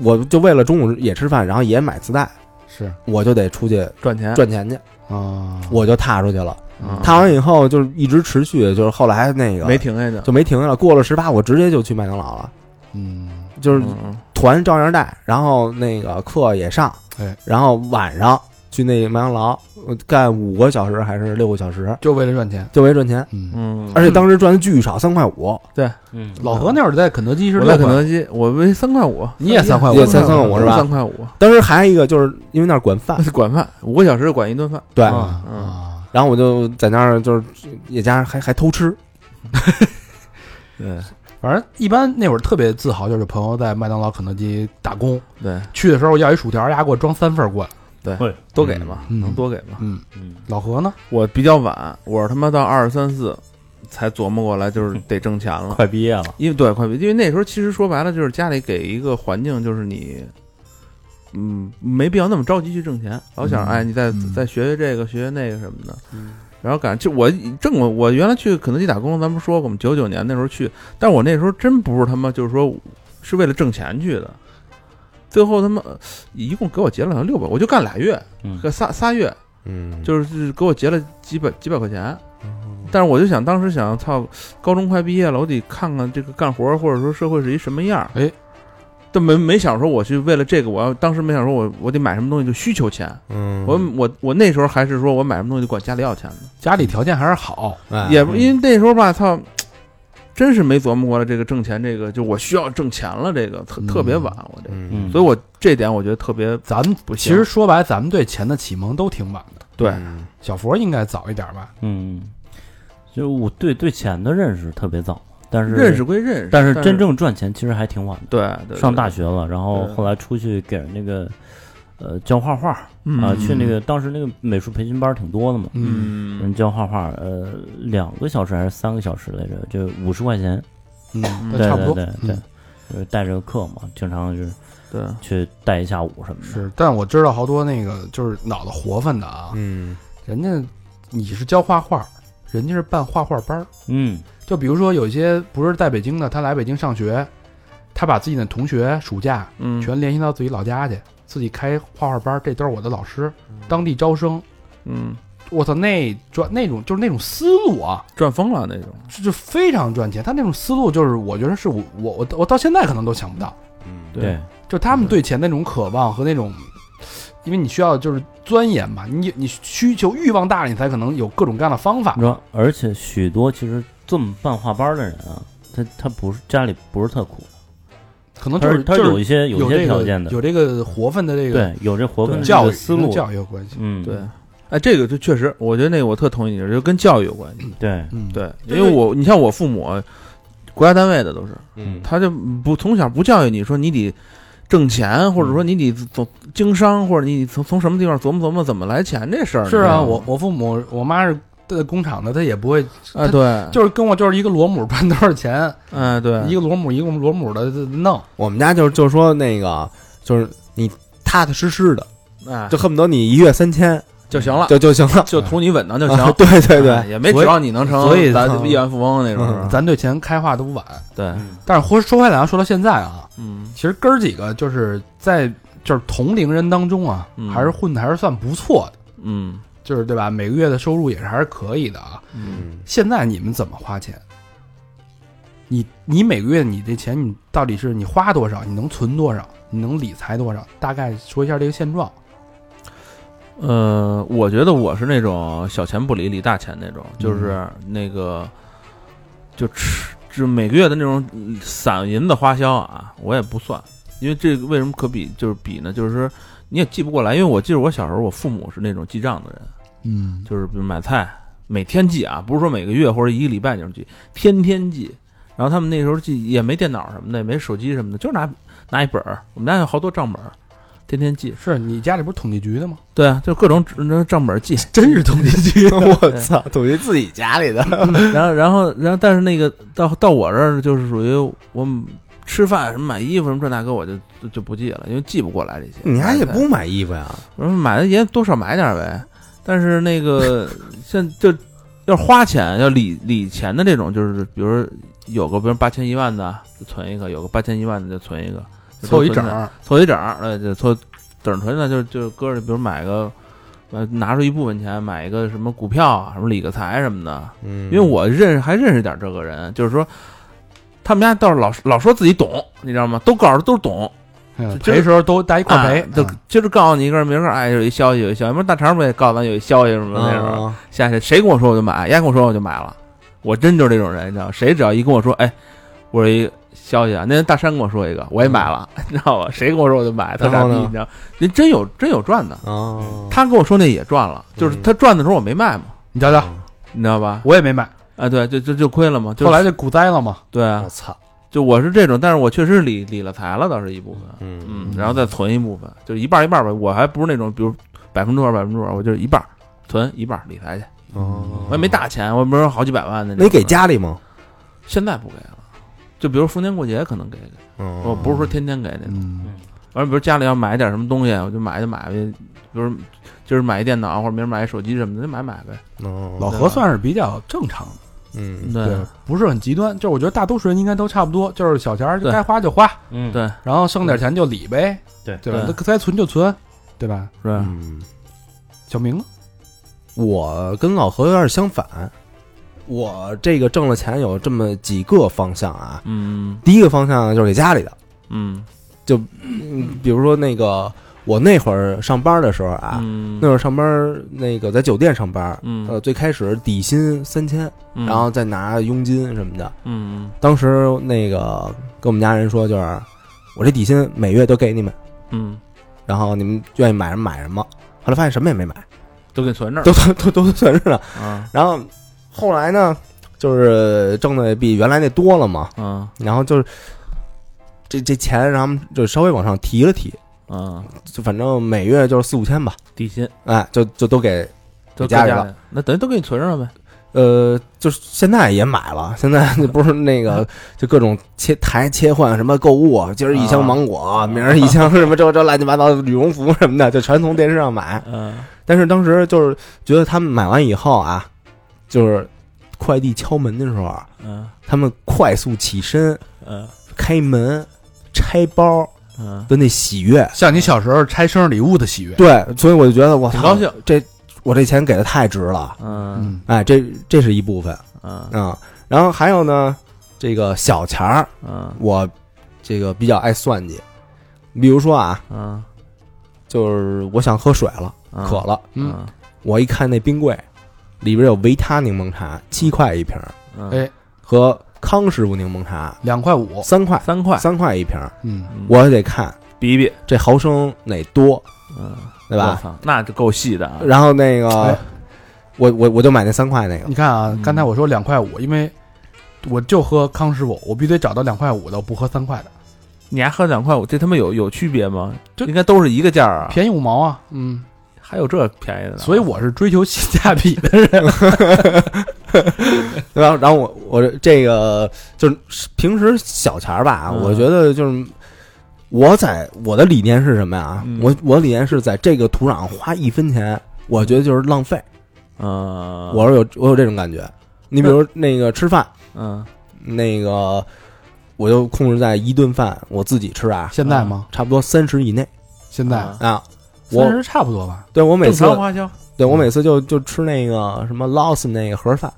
D: 我就为了中午也吃饭，然后也买磁带，
C: 嗯
B: 是
D: 我就得出去
C: 赚钱，
D: 赚钱去，
B: 啊，
D: 我就踏出去了。
C: 嗯
D: 踏完以后就是一直持续，就是后来那个
C: 没停下去，
D: 就没停下来。过了十八，我直接就去麦当劳了，
B: 嗯，
D: 就是
C: 嗯嗯
D: 团照样带，然后那个课也上，
B: 哎，
D: 然后晚上去那麦当劳呃干五个小时还是六个小时，
B: 就为了赚钱，
D: 就为赚钱，
B: 嗯，
C: 嗯，
D: 而且当时赚的巨少，三块五，
E: 嗯，
B: 老何那会儿在肯德基是
C: 我
B: 六
C: 在
B: 块
C: 肯，德基，我为三块五，
B: 你也三块五，
D: 也三块五是吧
C: 三块五，
D: 当时还有一个就是因为那儿管饭，
C: 管饭五个小时管一顿饭，
D: 对，
B: 啊
C: 嗯
B: 啊，
D: 然后我就在那儿就是也加上还还偷吃，
C: 对
B: 反正一般那会儿特别自豪，就是朋友在麦当劳、肯德基打工，
C: 对，
B: 去的时候要一薯条，丫给我装三份儿过来，
C: 多给吧，
B: 嗯
C: 能多给吧。
B: 嗯，
E: 嗯
B: 老何呢？
C: 我比较晚，我是他妈到二十三四才琢磨过来，就是得挣钱了。
E: 快毕业了，
C: 因为对，快毕，因为那时候其实说白了就是家里给一个环境，就是你，嗯，没必要那么着急去挣钱，老想、
B: 嗯
C: 哎，你再、
B: 嗯
C: 再学学这个，学学那个什么的。然后感觉就我挣过，我原来去肯德基打工，咱们说过，我们九九年那时候去，但我那时候真不是他妈就是说是为了挣钱去的，最后他妈呃一共给我结了好像六百，我就干俩月，
E: 嗯
C: 干仨仨月，
D: 嗯，
C: 就是就是给我结了几百几百块钱。但是我就想，当时想，操，高中快毕业了，我得看看这个干活儿或者说社会是一什么样儿。
B: 哎，
C: 但没没想说我去为了这个，我要当时没想说我我得买什么东西就需求钱。
D: 嗯，
C: 我我我那时候还是说我买什么东西就管家里要钱的，
B: 家里条件还是好，
D: 哎
C: 也不因为那时候吧，操，真是没琢磨过来这个挣钱这个，就我需要挣钱了，这个特
B: 嗯
C: 特别晚，我这，
D: 嗯
E: 嗯
C: 所以我这点我觉得特别
B: 咱们
C: 不
B: 其
C: 行
B: 实说白，咱们对钱的启蒙都挺晚的，
C: 对，
D: 嗯
B: 小佛应该早一点吧？
E: 嗯，就我对对钱的认识特别早，但是
C: 认识，归认识，
E: 但是
C: 是
E: 真正赚钱其实还挺晚的。
C: 对对对
E: 上大学了，然后
C: 对
E: 后来出去给人那个呃教画画啊、
C: 嗯
E: 去那个当时那个美术培训班挺多的嘛，人
C: 嗯
E: 教画画，呃，两个小时还是三个小时来着，就五十块钱，
B: 嗯，
C: 对
B: 那
E: 对
B: 差不
E: 对
B: 多，
E: 对对，
B: 嗯
E: 就是带这个课嘛，经常就是
C: 对，
E: 去带一下午什么的。
B: 是，但我知道好多那个就是脑子活泛的啊，
D: 嗯
B: 人家你是教画画，人家是办画画班儿。
E: 嗯
B: 就比如说有些不是在北京的，他来北京上学，他把自己的同学暑假
C: 嗯
B: 全联系到自己老家去，自己开画画班儿，这都是我的老师，当地招生。
C: 嗯
B: 我操，那转那种就是那种思路啊，
C: 赚疯了那种。
B: 是就非常赚钱。他那种思路就是，我觉得是我我我我到现在可能都想不到，
D: 嗯
C: 对啊
E: 对，
B: 就他们对钱那种渴望和那种，因为你需要就是钻研嘛，你你需求欲望大了，你才可能有各种各样的方法
E: 你。说，而且许多其实这么办画班的人啊，他他不是家里不是特苦，
B: 可能
E: 他
B: 就是
E: 他
B: 就是
E: 有一些
B: 有
E: 些
B: 这
E: 条件
B: 个
E: 的，
B: 有这个活泛的这个
E: 对，有这活分
B: 教育
E: 思路
B: 跟，教育有关系。
E: 嗯，
C: 对，哎，这个就确实，我觉得那个我特同意你，就跟教育有关 系。
E: 对，
B: 嗯，
C: 对，因为我你像我父母，啊国家单位的都是，
D: 嗯
C: 他就不从小不教育你说你得挣钱，或者说你得从经商，或者你从从什么地方琢磨琢磨怎么来钱这事儿。
B: 是
C: 你知
B: 啊，
C: 道吗
B: 我我父母我妈是在工厂的，她也不会，
C: 哎对，
B: 就是跟我就是一个螺母赚多少钱，
C: 哎对，
B: 一个螺母一个螺母的弄，
D: 我们家就是就是说那个就是你踏踏实实的，
C: 哎
D: 就恨不得你一月三千
C: 就行了，
D: 就就行了。
C: 就图你稳当啊就行
D: 啊。 对对
C: 哎
D: 对，
C: 也没指望你能成，
B: 所以
C: 咱
D: 嗯
C: 亿万富翁那种是
E: 嗯
C: 吧。
B: 咱对钱开化都晚。
C: 对，
B: 但是说说回来啊，说到现在啊，
C: 嗯
B: 其实哥儿几个就是在就是同龄人当中啊，
C: 嗯
B: 还是混的还是算不错的，
C: 嗯
B: 就是对吧？每个月的收入也是还是可以的啊。
C: 嗯，
B: 现在你们怎么花钱？你你每个月你这钱你到底是你花多少？你能存多少？你能理财多少？大概说一下这个现状。
C: 呃，我觉得我是那种小钱不理理大钱那种，就是那个就吃就每个月的那种嗯散银子花销啊，我也不算，因为这个为什么可比就是比呢？就是说你也记不过来，因为我记得我小时候我父母是那种记账的人，
B: 嗯，
C: 就是比如买菜每天记啊，不是说每个月或者一个礼拜那种记，天天记。然后他们那时候记也没电脑什么的，也没手机什么的，就是拿拿一本儿，我们家有好多账本儿，天天记。
B: 是你家里不是统计局的吗？
C: 对啊，就各种那账本儿记。
D: 真是统计局， 我操，统计自己家里的，
C: 然后，然后，然后，但是那个到到我这儿就是属于我们吃饭什么买衣服什么这那个我就就就不记了，因为记不过来这些。
D: 你家也不买衣服呀？
C: 嗯买的也多少买点儿呗，但是 那个像就要花钱要理理钱的这种，就是比如说有个比如八千一万的就存一个，有个八千一万的就存一个，就
B: 凑一
C: 存
B: 整
C: 着
B: 儿，
C: 凑一整儿，呃，就凑整存呢，就就搁着，比如买个，呃，拿出一部分钱买一个什么股票啊，什么理个财什么的。
D: 嗯，
C: 因为我认识还认识点儿这个人，就是说，他们家倒是老老说自己懂，你知道吗？都告诉都懂，
B: 嗯
C: 就
B: 赔时候都大家一块
C: 哎
B: 赔，
C: 就
B: 嗯
C: 今儿告诉你一个，明儿告诉哎有一消息有一消息，不是大肠不也告诉咱有一消息什么的那时候，
D: 啊
C: 下去谁跟我说我就买，丫跟我说我就买了，我真就是这种人，你知道吗？谁只要一跟我说，哎，我有一消息啊，那天大山跟我说一个，我也买了，你知道吗？谁跟我说我就买，特
D: 然
C: 傻
D: 后
C: 逼，
D: 呢
C: 你知道？人真有真有赚的，
D: 啊，
C: 他跟我说那也赚了，就是
D: 嗯
C: 他赚的时候我没卖嘛，
B: 你瞧瞧，
C: 你知道吧？
B: 我也没买，
C: 啊，对，就就就亏了嘛。嗯就
B: 后来这股灾了嘛，
C: 对啊
D: 我，操，
C: 就我是这种，但是我确实理理了财了，倒是一部分，
D: 嗯，
C: 嗯，然后再存一部分，就是一半儿一半儿吧。我还不是那种，比如百分之多少百分之多少，我就是一半儿存一半儿理财去。
D: 哦
C: 我也没，大钱，我也不是好几百万的那种。
D: 没给家里吗？
C: 现在不给了。就比如逢年过节可能给，我
D: 我
C: 不是说天天给那种。
B: 嗯，
C: 完了，比如家里要买点什么东西，我就买就买呗，比如就是买一电脑或者明儿买一手机什么的，就买买呗。
B: 老
D: 老
B: 何算是比较正常的，
D: 嗯
C: 对，
B: 不是很极端，就是我觉得大多数人应该都差不多，就是小钱儿就
C: 对
B: 该花就花，
E: 嗯，
C: 对
B: 然后剩点钱就理呗，
E: 对
B: 对吧？
C: 对
B: 该存就存，对吧？
C: 是吧？
D: 嗯，
B: 小明呢，
D: 我跟老何有点相反，我这个挣了钱有这么几个方向啊，
C: 嗯
D: 第一个方向就是给家里的，
C: 嗯
D: 嗯，比如说那个我那会儿上班的时候啊，
C: 嗯，
D: 那会儿上班那个在酒店上班，
C: 嗯
D: 呃，最开始底薪三千，
C: 嗯
D: 然后再拿佣金什么的。
C: 嗯
D: 当时那个跟我们家人说，就是我这底薪每月都给你们，
C: 嗯，
D: 然后你们愿意买什么买什么。后来发现什么也没买，
C: 都给存这儿
D: 都都都都存着呢。
C: 啊
D: 然后后来呢，就是挣的比原来那多了嘛，
C: 啊
D: 然后就是这这钱，然后就稍微往上提了提，
C: 啊，
D: 就反正每月就是四五千吧，
C: 底薪
D: 哎，就就都给
C: 都
D: 给家里
C: 里
D: 了
C: 了，那等于都给你存上了呗。
D: 呃，就是现在也买了， 现在就不是那
C: 嗯
D: 个，就各种切台切换什么购物啊，今儿一箱芒果，
C: 嗯
D: 明儿一箱什么这这乱七八糟的羽绒服什么 的，就全从电视上买。
C: 嗯
D: 但是当时就是觉得他们买完以后啊，就是快递敲门的时候啊，
C: 嗯
D: 他们快速起身
C: 嗯
D: 开门拆包
C: 嗯，
D: 的那喜悦，
B: 像你小时候拆生日礼物的喜悦，
D: 对，所以我就觉得我
C: 挺
D: 操
C: 高兴。
D: 这我这钱给的太值了，
C: 嗯
B: 嗯，
D: 哎，这这是一部分。
C: 嗯
D: 啊、然后还有呢，这个小钱儿，
C: 嗯
D: 我这个比较爱算计。比如说啊，
C: 嗯，
D: 就是我想喝水了，渴了，
C: 嗯
D: 我一看那冰柜里边有维他柠檬茶七块一瓶儿
C: 嗯，
B: 哎，
D: 和康师傅柠檬茶
B: 两块五，
D: 三块
C: 三块，
D: 三块一瓶儿，
B: 嗯，
C: 嗯
D: 我也得看
C: 比一比，
D: 这毫升哪多，
C: 嗯，
D: 对
C: 我
D: 吧？
C: 操，那就够细的啊。
D: 然后那个，
B: 哎
D: 我我我就买那三块那个
B: 你，看啊
C: 嗯，
B: 刚才我说两块五，因为我就喝康师傅，我必须得找到两块五的，我不喝三块的，
C: 你还喝两块五，这他妈有有区别吗？
B: 这
C: 应该都是一个价儿啊，
B: 便宜五毛啊，嗯，
C: 还有这便宜的呢？
B: 所以我是追求性价比的，
D: 对吧？然后我我这个就是平时小钱儿吧，
C: 嗯
D: 我觉得就是我在我的理念是什么呀？
C: 嗯
D: 我我的理念是在这个土壤花一分钱，我觉得就是浪费。
C: 嗯，
D: 我是有我有这种感觉。你比如那个吃饭，
C: 嗯
D: 那个我就控制在一顿饭我自己吃啊，
B: 现在吗？
D: 差不多三十以内
B: 现在
C: 啊
D: 啊。
B: 三
D: 我
B: 十差不多吧，
D: 对我每
C: 正
D: 次
C: 常花销
D: 对我每次就就吃那个什么 Lost 那个盒饭，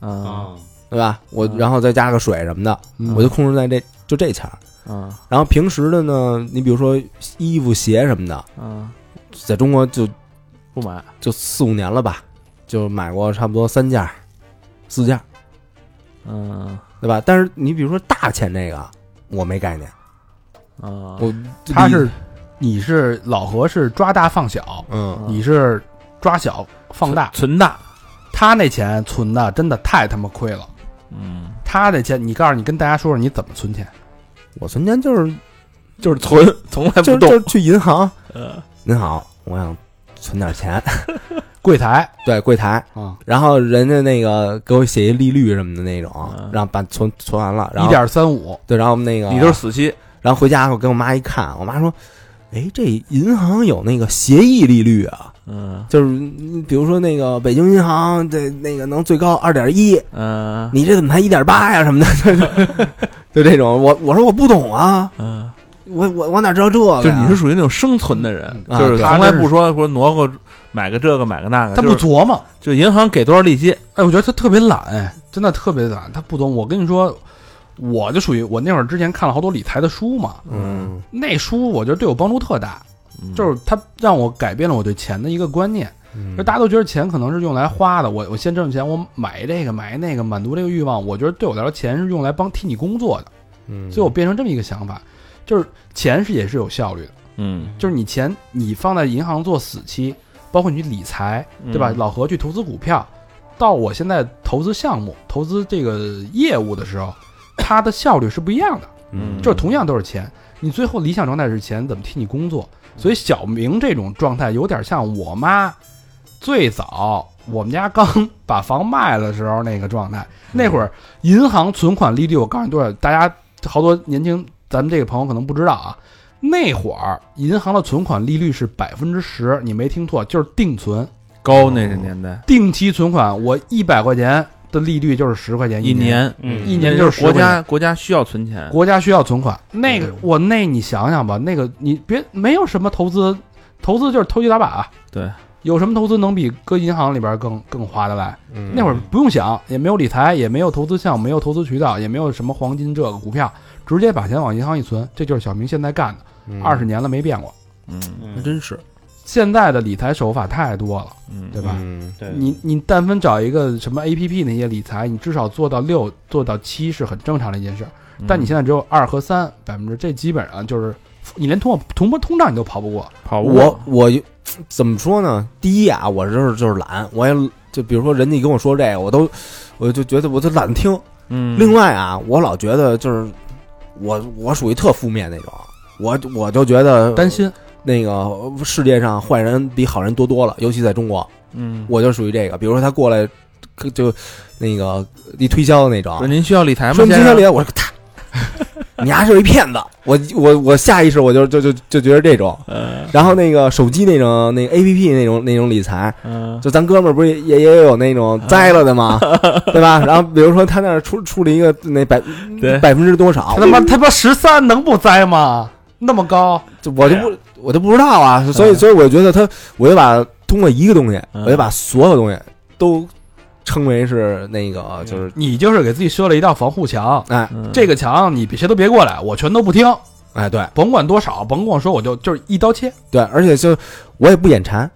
C: 嗯
E: 啊，
D: 对吧？我
C: 嗯
D: 然后再加个水什么的，
B: 嗯
D: 我就控制在这就这钱儿。
C: 嗯
D: 然后平时的呢，你比如说衣服、鞋什么的，
C: 嗯，
D: 在中国就
C: 不买
D: 就四五年了吧，就买过差不多三件儿、四件儿，
C: 嗯
D: 对吧？但是你比如说大钱这个，我没概念，
E: 呃
C: 嗯，
D: 我
B: 他是你是老何是抓大放小，
D: 嗯
B: 你是抓小放大，
C: 存大，
B: 他那钱存的真的太他妈亏了。
C: 嗯
B: 他的钱，你告诉你跟大家说说你怎么存钱，
D: 我存钱就是
C: 就是存， 从来
D: 就
C: 不
D: 是
C: 动
D: 就。是去银行，
C: 呃，
D: 您好，我想存点钱，
B: 柜台
D: 对柜台，
B: 啊，
D: 然后人家那个给我写一利率什么的那种
C: 嗯，
D: 然后把存存完了，然
B: 一
D: 后
B: 点三五，
D: 对，然后那个
C: 你都是死期，
D: 然后回家我跟我妈一看，我妈说：“哎，这银行有那个协议利率啊，
C: 嗯
D: 就是嗯比如说那个北京银行这那个能最高二点一，
C: 嗯
D: 你这怎么才一点八呀什么的， 就这种。我我说我不懂啊，
C: 嗯，
D: 我我我哪知道这个呀？
C: 就是你是属于那种生存的人，
D: 嗯
C: 就是
B: 啊
C: 从来不说说挪个买个这个买个那个，
B: 他不
C: 就是
B: 琢磨。
C: 就银行给多少利息，
B: 哎，我觉得他特别懒，哎，真的特别懒，他不懂。我跟你说，我就属于我那会儿之前看了好多理财的书嘛，
D: 嗯
B: 那书我觉得对我帮助特大，
C: 嗯
B: 就是他让我改变了我对钱的一个观念。
D: 嗯
B: 就大家都觉得钱可能是用来花的，我我先挣钱，我买这个买那个，满足这个欲望。我觉得对我来说，钱是用来帮替你工作的，
D: 嗯
B: 所以我变成这么一个想法，就是钱是也是有效率的，
C: 嗯，
B: 就是你钱你放在银行做死期，包括你去理财，对吧？
C: 嗯
B: 老何去投资股票，到我现在投资项目、投资这个业务的时候，它的效率是不一样的。
C: 嗯
B: 就是同样都是钱，你最后理想状态是钱，怎么替你工作？所以小明这种状态有点像我妈最早我们家刚 把房卖了的时候那个状态。那会儿银行存款利率，我告诉你多少，大家好多年轻咱们这个朋友可能不知道啊。那会儿银行的存款利率是百分之十，你没听错，就是定存。
C: 高那个年代，
B: 定期存款，我一百块钱的利率就是十块钱
C: 一
B: 年，
C: 年
E: 嗯
B: 哦一年就是
C: 国
B: 10块钱
C: 家国家需要存钱，
B: 国家需要存款。那个我那你想想吧，那个你别没有什么投资，投资就是投机打把。啊
C: 对，
B: 有什么投资能比搁银行里边更更划得来？
D: 嗯
B: 那会儿不用想，也没有理财，也没有投资项目，没有投资渠道，也没有什么黄金这个股票，直接把钱往银行一存，这就是小明现在干的，
D: 嗯
B: 二十年了没变过。
C: 嗯
E: 嗯
D: 真是
B: 现在的理财手法太多了，
C: 嗯，
B: 对吧？
D: 嗯
E: 对
B: 你你但凡找一个什么 A P P 那些理财，你至少做到六做到七是很正常的一件事儿。
C: 嗯
B: 但你现在只有二和三百分之，这基本上就是你连通过通过通胀你都跑不过。
C: 跑步
D: 我我怎么说呢？第一啊，我就是就是懒，我也就比如说人家跟我说这个，我都我就觉得我就懒得听。
C: 嗯，
D: 另外啊，我老觉得就是我我属于特负面那种，我我就觉得
B: 担心
D: 那个世界上坏人比好人多多了，尤其在中国，
C: 嗯，
D: 我就属于这个。比如说他过来可就那个一推销的那种
C: 说，您需要理财吗？
D: 说你
C: 先
D: 经
C: 生
D: 销里，我说 他，你丫是一骗子！我我我下意识我就就就就觉得这种。
C: 呃
D: 然后那个手机那种那个 A P P 那种那种理财，
E: 呃
C: 嗯
D: 就咱哥们儿不是也也也有那种栽了的 吗？对吧？然后比如说他那儿出出了一个那百
C: 对
D: 百分之多少
B: 他，他妈他妈十三能不栽吗？那么高，
D: 就我就不我就不知道啊。所以所以我觉得他，我就把通过一个东西，
C: 嗯
D: 我就把所有东西都称为是那个就是
B: 你就是给自己设了一道防护墙，
D: 哎
C: 嗯
B: 这个墙你别谁都别过来，我全都不听，
D: 哎对
B: 甭管多少，甭跟我说，我就就是一刀切。
D: 对，而且就我也不眼馋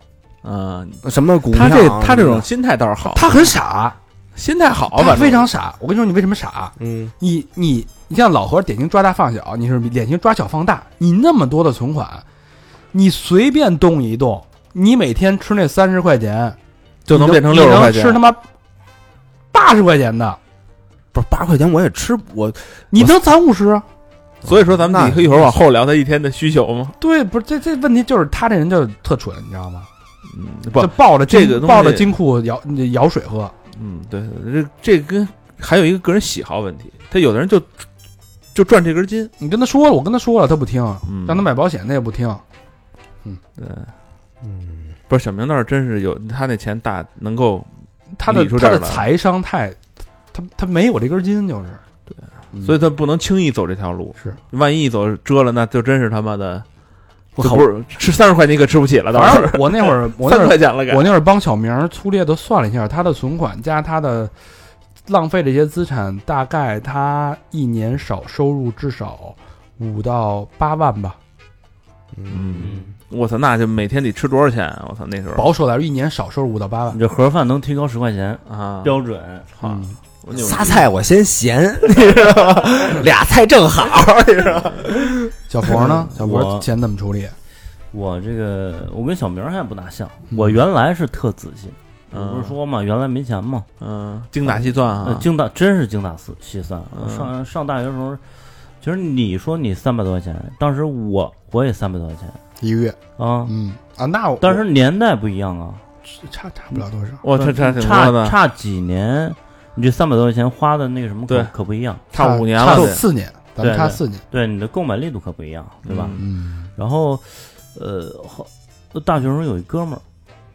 C: 嗯，
D: 什么股票
C: 他
D: 啊，
C: 这他这种心态倒是好，
B: 他很傻，
C: 心态好，
B: 他
C: 反正
B: 非常傻。我跟你说，你为什么傻？
D: 嗯
B: 你你你像老何典型抓大放小，你是典型抓小放大。你那么多的存款，你随便动一动，你每天吃那三十块钱，
C: 就能
B: 你
C: 变成
B: 你
C: 60块
B: 能
C: 钱
B: 吃他妈八十块钱的，
D: 不是八十块钱我也吃我
B: 你能攒五十？啊
C: 所以说咱们
D: 那
C: 一会儿往后聊他一天的需求嘛，
B: 对，不是这这问题就是他这人就是特蠢，你知道吗？
C: 嗯，
B: 就
C: 不，
B: 抱着金
C: 这个东西
B: 抱着金库舀舀水喝，
C: 嗯，对，这这跟还有一个个人喜好问题，他有的人就就赚这根筋，
B: 你跟他说了，我跟他说了，他不听，
C: 嗯，
B: 让他买保险他也不听。
C: 对，
D: 嗯
C: 不是小明那儿真是有他那钱大，能够，
B: 他的
C: 理出这
B: 他
C: 儿
B: 的
C: 来
B: 财商太，他他没有这根筋，就是嗯
C: 所以他不能轻易走这条路，
B: 是
C: 万一一走折了，那就真是他妈的，
D: 我
C: 就
D: 靠
C: 不是吃三十块钱可吃不起了，到
B: 反
C: 时候
B: 正我那会儿我那会
C: 三
B: 儿
C: 块钱了该，
B: 我那会儿帮小明儿粗略的算了一下，他的存款加他的浪费这些资产，大概他一年少收入至少五到八万吧，
C: 嗯，我操，那就每天得吃多少钱啊？我操，那时候
B: 保守来说一年少收入五到八万
E: 嗯你。这盒饭能提高十块钱，
C: 啊，
E: 标
B: 嗯
E: 准。
C: 好，我扭
D: 仨菜我嫌 咸，你知道吗？俩菜正好，你知道吗？
B: 小佛呢？小佛
E: 我
B: 钱怎么处理？嗯
E: 我这个我跟小明还不大像，我原来是特仔细，我不是说嘛，原来没钱嘛，
C: 嗯，精打细算
E: 呃
C: 啊，
E: 精打真是精打细细算。
C: 嗯
E: 上上大学的时候，其实你说你三百多块钱，当时我我也三百多块钱
B: 一个月，
E: 啊，
B: 嗯啊，那我
E: 但是年代不一样啊，
B: 差差不了多少，
C: 我哦差差挺多
E: 差
C: 的，
E: 差几年，你这三百多块钱花的那个什么可
C: 对
E: 可不一样，
C: 差五年
B: 差
C: 了得，
B: 四年，咱们
E: 对
B: 差
E: 对
B: 四年，
E: 对你的购买力度可不一样，对吧？
C: 嗯
B: 嗯，
E: 然后，呃，后大学时候有一哥们儿，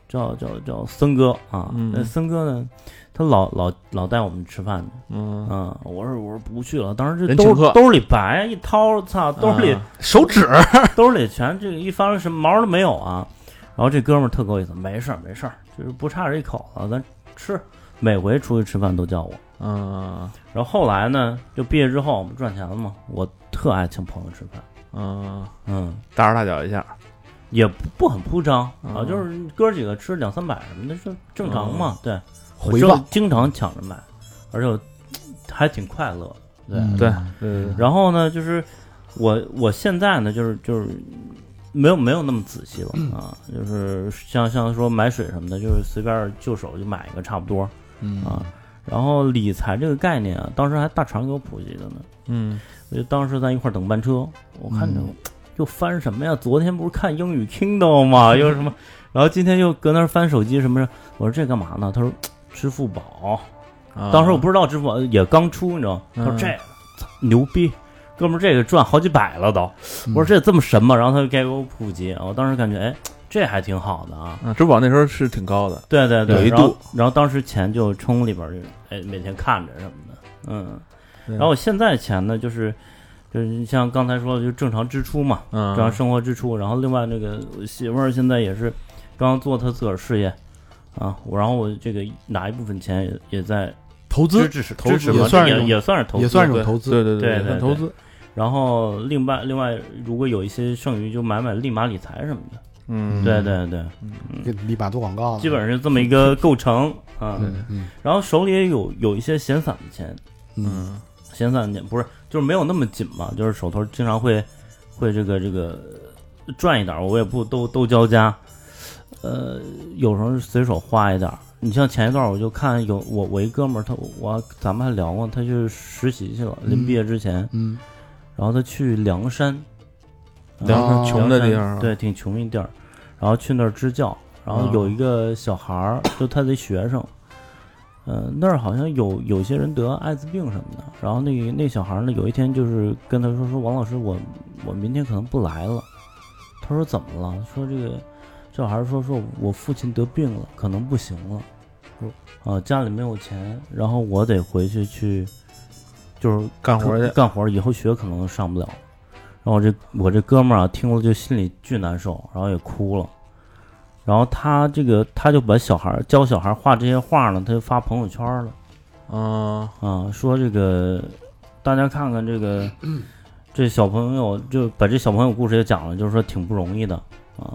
E: 叫叫叫森哥啊，
C: 嗯
E: 那森哥呢，他老老老带我们吃饭去
C: 嗯，
E: 啊，我说我说不去了，当时这
C: 人
E: 兜
C: 请客
E: 兜里白一掏，操，兜里、
C: 啊
B: 手指
E: 兜里全这个一翻什么毛都没有啊。然后这哥们儿特够意思，没事儿没事儿，就是不差这一口子，咱吃。每回出去吃饭都叫我。
C: 嗯
E: 然后后来呢，就毕业之后我们赚钱了嘛，我特爱请朋友吃饭，
C: 嗯，
E: 嗯，
C: 大手大脚一下，
E: 也不不很铺张啊，
C: 嗯
E: 就是哥几个吃两三百什么的，就正常嘛。对，我
B: 嗯回
E: 就
B: 报，
E: 经常抢着买，而且我还挺快乐的。对，
B: 嗯
C: 对对
E: 然后呢，就是我我现在呢，就是就是没有没有那么仔细了
B: 嗯
E: 啊，就是像像说买水什么的，就是随便就手就买一个差不多
B: 嗯
E: 啊。然后理财这个概念啊，当时还大肠给我普及的呢。
C: 嗯
E: 我就当时咱一块儿等班车，我看着
B: 嗯
E: 又翻什么呀？昨天不是看英语 Kindle 吗？又什么？然后今天又搁那儿翻手机什么的。我说这干嘛呢？他说支付宝。
C: 啊
E: 当时我不知道支付宝也刚出，你知道吗？他说
C: 嗯
E: 这个操牛逼，哥们儿这个赚好几百了都。
C: 嗯
E: 我说这这么神吗？然后他就给我普及，我当时感觉哎，这还挺好的啊。
C: 嗯，支付宝那时候是挺高的，
E: 对对
C: 有
E: 对，
C: 一
E: 然后
C: 度
E: 然后当时钱就充里边儿去，哎，每天看着什么的，嗯。然
C: 然
E: 后我现在钱呢，就是就是像刚才说的，就正常支出嘛，
C: 嗯，
E: 正常生活支出。然后另外那个我媳妇儿现在也是刚刚做她自个儿事业啊，我然后我这个拿一部分钱也也在
B: 投资
E: 支持
C: 投资
E: 支持
B: 也
E: 嘛
B: 算是一
E: 也
B: 种
E: 也算是投资，
B: 也算是
C: 对
B: 种投资
C: 对
E: 对
C: 对对
E: 对
C: 算投资，
E: 然后另外另外如果有一些剩余，就买买立马理财什么的。
C: 嗯，
E: 对对对，
B: 给你把做广告呢，
E: 基本上是这么一个构成啊。
B: 哦嗯嗯
E: 然后手里也有有一些闲散的钱，
B: 嗯
C: 嗯
E: 闲散点不是，就是没有那么紧嘛，就是手头经常会会这个这个呃赚一点儿，我也不都都交加，呃，有时候随手花一点儿。你像前一段我就看有我我一哥们儿，他我咱们还聊过，他去实习去了，临
B: 嗯
E: 毕业之前，
B: 嗯
E: 然后他去梁山，啊
C: 梁
B: 哦
C: 山穷的地方，，啊
E: 对，挺穷一地儿，然后去那儿支教，然后
C: 嗯
E: 有一个小孩儿，就他的学生，呃，那儿好像有有些人得艾滋病什么的，然后那个那小孩儿呢，有一天就是跟他说说王老师，我我明天可能不来了，他说怎么了？说这个这小孩儿说说我父亲得病了，可能不行了，
C: 哦
E: 啊、家里没有钱，然后我得回去去，就是
C: 干活去
E: 可干活儿以后学可能上不了。然后我这我这哥们儿啊，听了就心里巨难受，然后也哭了。然后他这个他就把小孩儿教小孩儿画这些画呢，他就发朋友圈了
C: 嗯
E: 啊，说这个大家看看这个这小朋友，就把这小朋友故事也讲了，就是说挺不容易的啊。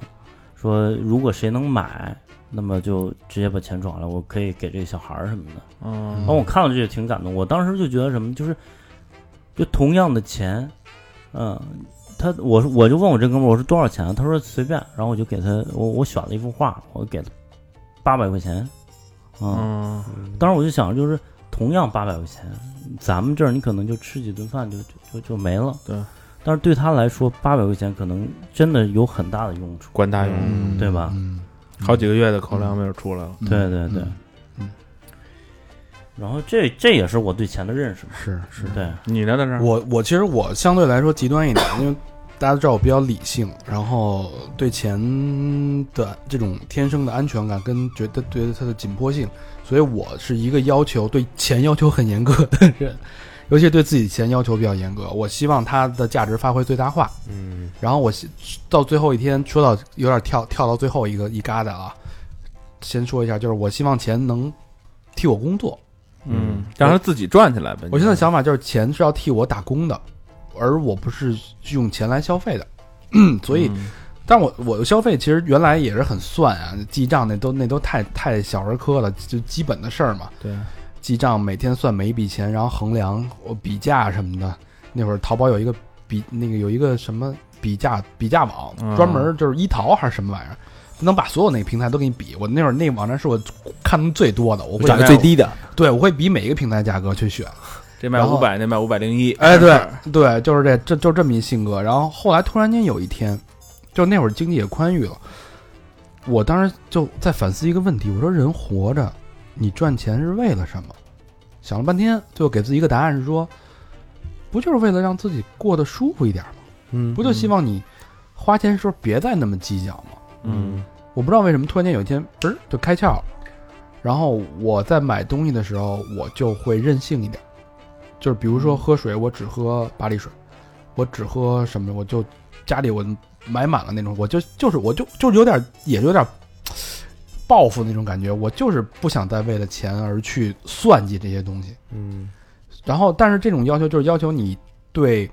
E: 说如果谁能买，那么就直接把钱转过来，我可以给这个小孩儿什么的。
C: 嗯
E: 然后我看了这个挺感动，我当时就觉得什么，就是就同样的钱，嗯，他我说我就问我这哥们儿我说多少钱啊、他说随便，然后我就给他我我选了一幅画，我给他八百块钱，嗯，
C: 嗯
E: 当时我就想就是同样八百块钱，咱们这儿你可能就吃几顿饭就就就就没了，
C: 对，
E: 但是对他来说八百块钱可能真的有很大的用处，
C: 管大用，
B: 嗯，
E: 对吧
B: 嗯？
C: 好几个月的口粮没有出来了，
B: 嗯
E: 对对对，
B: 嗯嗯
E: 然后这这也是我对钱的认识嘛，
B: 是是。
E: 对，
C: 你呢在这儿？
B: 我我其实我相对来说极端一点，因为大家都知道我比较理性，然后对钱的这种天生的安全感跟觉得对它的紧迫性，所以我是一个要求对钱要求很严格的人，尤其对自己钱要求比较严格。我希望它的价值发挥最大化，
D: 嗯，
B: 然后我希到最后一天说到有点跳跳到最后一个一疙瘩啊，先说一下，就是我希望钱能替我工作，
C: 嗯，让他自己赚起来呗。
B: 我
C: 你
B: 现在，想法就是钱是要替我打工的，而我不是用钱来消费的。 所以，
C: 嗯
B: 但我我的消费其实原来也是很算啊，记账那都那都太太小儿科了，就基本的事儿嘛。
C: 对，
B: 记账每天算每一笔钱，然后衡量我比价什么的。那会儿淘宝有一个比那个有一个什么比价比价网
C: 嗯，
B: 专门就是一淘还是什么玩意儿，能把所有那个平台都给你比。我那会儿那网站是我看的最多的，我会
D: 找
C: 个
D: 最低的，
B: 对我会比每一个平台价格去选。
C: 这卖
B: 然后
C: 五百，那卖五百零一。
B: 哎，对对，就是这这就这么一性格。然后后来突然间有一天，就那会儿经济也宽裕了，我当时就在反思一个问题：我说人活着，你赚钱是为了什么？想了半天，最后给自己一个答案是说，不就是为了让自己过得舒服一点吗？
D: 嗯
B: 不就希望你花钱的时候别再那么计较吗？
C: 嗯，
B: 我不知道为什么突然间有一天，嘣、儿就开窍了。然后我在买东西的时候，我就会任性一点，就是比如说喝水，我只喝巴黎水，我只喝什么，我就家里我买满了那种，我就就是我就就是有点也有点报复那种感觉，我就是不想再为了钱而去算计这些东西。
D: 嗯
B: 然后，但是这种要求就是要求你对，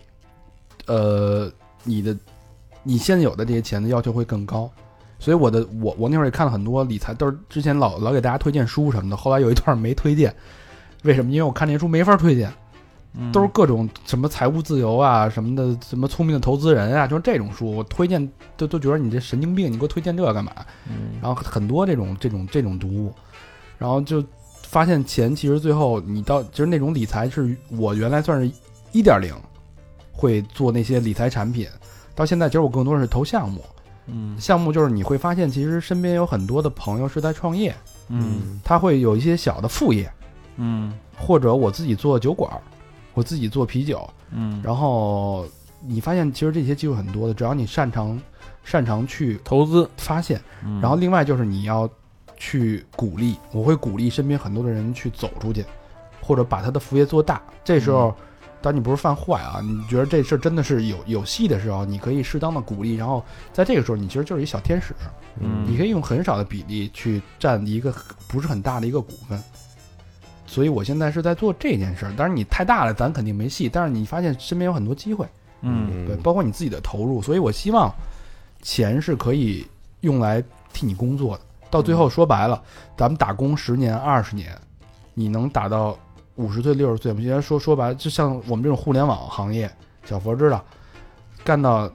B: 呃，你的你现有的这些钱的要求会更高。所以我的我我那会儿也看了很多理财，都是之前老老给大家推荐书什么的，后来有一段没推荐，为什么？因为我看那些书没法推荐，
C: 嗯
B: 都是各种什么财务自由啊，什么的，什么聪明的投资人啊，就是这种书，我推荐都都觉得你这神经病，你给我推荐这干嘛？
C: 嗯
B: 然后很多这种这种这种读物，然后就发现钱其实最后你到其实那种理财是我原来算是一点零，会做那些理财产品，到现在其实我更多是投项目，
C: 嗯
B: 项目就是你会发现其实身边有很多的朋友是在创业，
C: 嗯
B: 他会有一些小的副业，
C: 嗯
B: 或者我自己做酒馆儿，我自己做啤酒，
C: 嗯，
B: 然后你发现其实这些机会很多的，只要你擅长擅长去
C: 投资，
B: 发现。
C: 嗯
B: 然后另外就是你要去鼓励，我会鼓励身边很多的人去走出去，或者把他的副业做大。这时
C: 嗯
B: 候，当你不是犯坏啊，你觉得这事儿真的是有有戏的时候，你可以适当的鼓励，然后在这个时候，你其实就是一小天使，
C: 嗯
B: 你可以用很少的比例去占一个不是很大的一个股份。所以我现在是在做这件事儿，当然你太大了，咱肯定没戏。但是你发现身边有很多机会，
C: 嗯
B: 对，包括你自己的投入。所以我希望钱是可以用来替你工作的。到最后说白了，咱们打工十年、二十年，你能打到五十岁、六十岁，我们现在说说白了，就像我们这种互联网行业，小佛知道，干到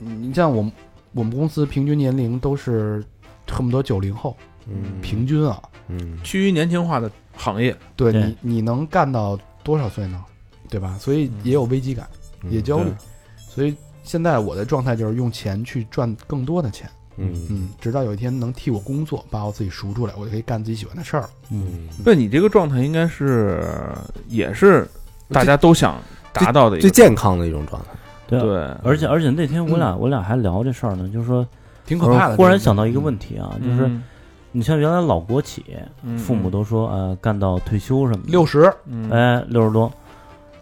B: 嗯你像我们我们公司平均年龄都是恨不得九零后，
D: 嗯
B: 平均啊，
D: 嗯
C: 趋于年轻化的行业，
B: 对
E: 对
B: 你你能干到多少岁呢？对吧？所以也有危机感，
D: 嗯
B: 也焦虑
C: 对，
B: 所以现在我的状态就是用钱去赚更多的钱。
D: 嗯
B: 嗯，直到有一天能替我工作，把我自己赎出来，我就可以干自己喜欢的事儿了。
D: 嗯，
C: 那你这个状态应该是也是大家都想达到的一
D: 最
C: 个
D: 健康的一种状态，
E: 对啊，
C: 对，
E: 而且而且那天我俩我俩还聊这事儿呢，就是说，
B: 挺可怕
E: 我
B: 的。
E: 忽然想到一个问题啊，就
C: 嗯
E: 是你像原来老国企，
C: 嗯
E: 父母都说呃干到退休什么的，
B: 六十，
C: 嗯
E: 哎六十多，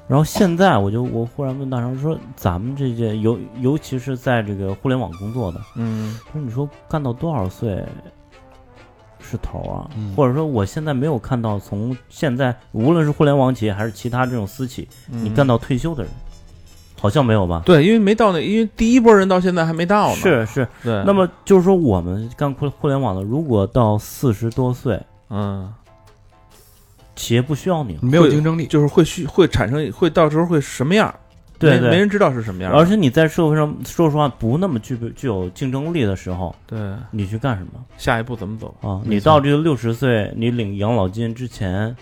E: 然后现在我就我忽然问大成说，咱们这届尤尤其是在这个互联网工作的，
C: 嗯
E: 他说你说干到多少岁是头儿啊？
B: 嗯
E: 或者说我现在没有看到从现在无论是互联网企业还是其他这种私企，
C: 嗯
E: 你干到退休的人，好像没有吧？
C: 对，因为没到那，因为第一波人到现在还没到呢，
E: 是是，
C: 对，
E: 那么就是说，我们干互互联网的，如果到四十多岁，
C: 嗯，
E: 企业不需要你了，
B: 没有竞争力，
C: 就是会需会产生会到时候会什么样儿，
E: 对
C: 没没
E: 对，
C: 人知道是什么样儿，
E: 而且你在社会上说实话不那么具备具有竞争力的时候，
C: 对
E: 你去干什么
C: 下一步怎么走，
E: 啊？
B: 没
E: 你
B: 错
E: 到这个六十岁，你领养老金之前，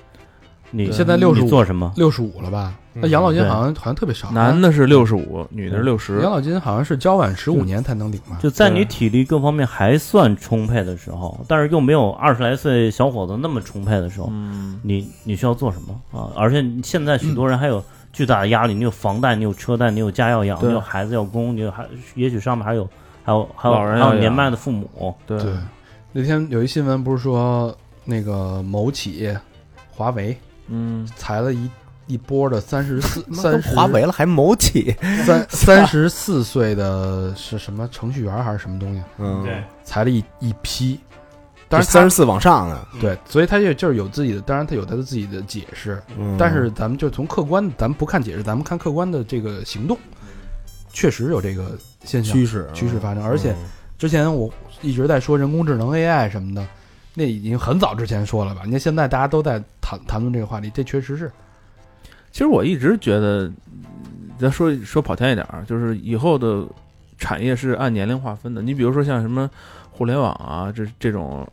E: 你
B: 现在65
E: 你做什么？
B: 六十五了吧？那养老金好像好像特别少，
C: 男的是六十五，女的是六十
B: 养，老金好像是交晚十五年才能领吧？
E: 就在你
C: 对
E: 体力各方面还算充沛的时候，但是又没有二十来岁小伙子那么充沛的时候，
C: 嗯
E: 你你需要做什么啊？而且你现在许多人还有巨大的压力，你有房贷，你有车贷，你有家要养，
C: 对
E: 你有孩子要供，你有还也许上面还有还有还有
C: 老人
E: 还
C: 要养
E: 有年迈的父母，
C: 对
B: 对，那天有一新闻不是说那个某企业，华为
C: 嗯
B: 裁了一一波的三十四、
D: 妈
B: 三
D: 都
B: 十
D: 华为了还某企，
B: 三三十四岁的是什么程序员还是什么东西，
D: 嗯，，
B: 裁了一一批。当然
D: 但
B: 他
D: 是三十四往上的，
B: 对，所以他就就是有自己的，当然他有他的自己的解释，
D: 嗯
B: 但是咱们就从客观，咱们不看解释，咱们看客观的这个行动，确实有这个现象
D: 趋势嗯
B: 趋势发生。而且之前我一直在说人工智能 AI 什么的，那已经很早之前说了吧？你看现在大家都在谈谈论这个话题，这确实是，
C: 其实我一直觉得，嗯咱说说跑偏一点儿，就是以后的产业是按年龄划分的。你比如说像什么互联网啊，这这种，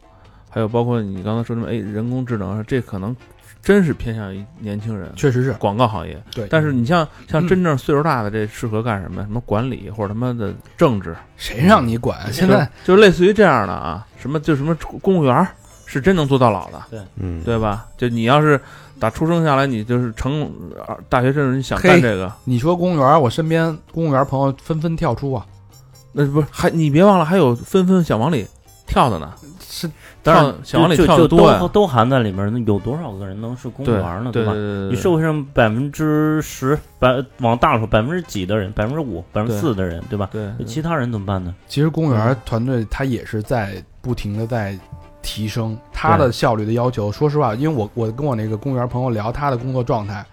C: 还有包括你刚才说什么哎人工智能啊，这可能真是偏向于年轻人。
B: 确实是
C: 广告行业，
B: 对。
C: 但是你像像
B: 嗯
C: 真正岁数大的，这适合干什么？什么管理或者他妈的政治，
B: 谁让你
D: 嗯
B: 管？现在
C: 就类似于这样的啊，什么就什么公务员儿是真能做到老的，
D: 嗯，
C: 对吧？就你要是打出生下来，你就是成呃大学生，你想干
B: 嘿
C: 这个，
B: 你说公务员，我身边公务员朋友纷纷跳出啊，
C: 那不是还你别忘了还有纷纷想往里跳的呢，
B: 是
C: 当然想往里
E: 就
C: 跳
E: 就
C: 的多呀
E: 都，都含在里面，那有多少个人能是公务
C: 对
E: 员呢？
C: 对
E: 吧？
C: 对
E: 你社会上百分之十，百往大了说百分之几的人，百分之五、百分之四的人，对吧？
C: 对
E: 那其他人怎么办呢？
B: 其实公务员团队他也是在不停的在提升他的效率的要求。说实话，因为我我跟我那个公务员朋友聊他的工作状态，